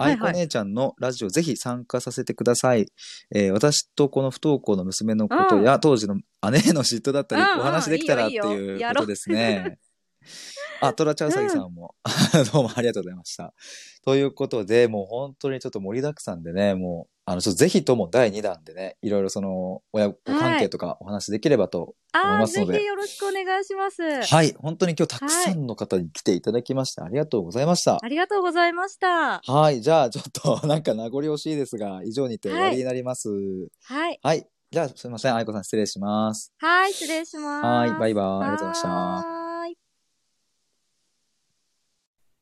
愛子姉ちゃんのラジオぜひ参加させてください。えー私とこの不登校の娘のことや、当時の姉への嫉妬だったり、うんうんお話できたらっいていいよいいようやころとうですね。あ、トラちゃうさぎさんも、 どうもありがとうございました。ということで、もう本当にちょっと盛りだくさんでね、もう、あの、ちょっとぜひとも第2弾でね、いろいろその、親子関係とかお話できればと思いあまーすのぜでひよろしくお願いします。はい、本当に今日たくさんの方に来ていただきまして、ありがとうございました。ありがとうございました。はい、じゃあちょっと なんか名残惜しいですが、以上にて終わりになります。はい、はい、じゃあすいません、愛子さん失礼します。はい、失礼します。はい、バイバイ、ありがとうございました。はーい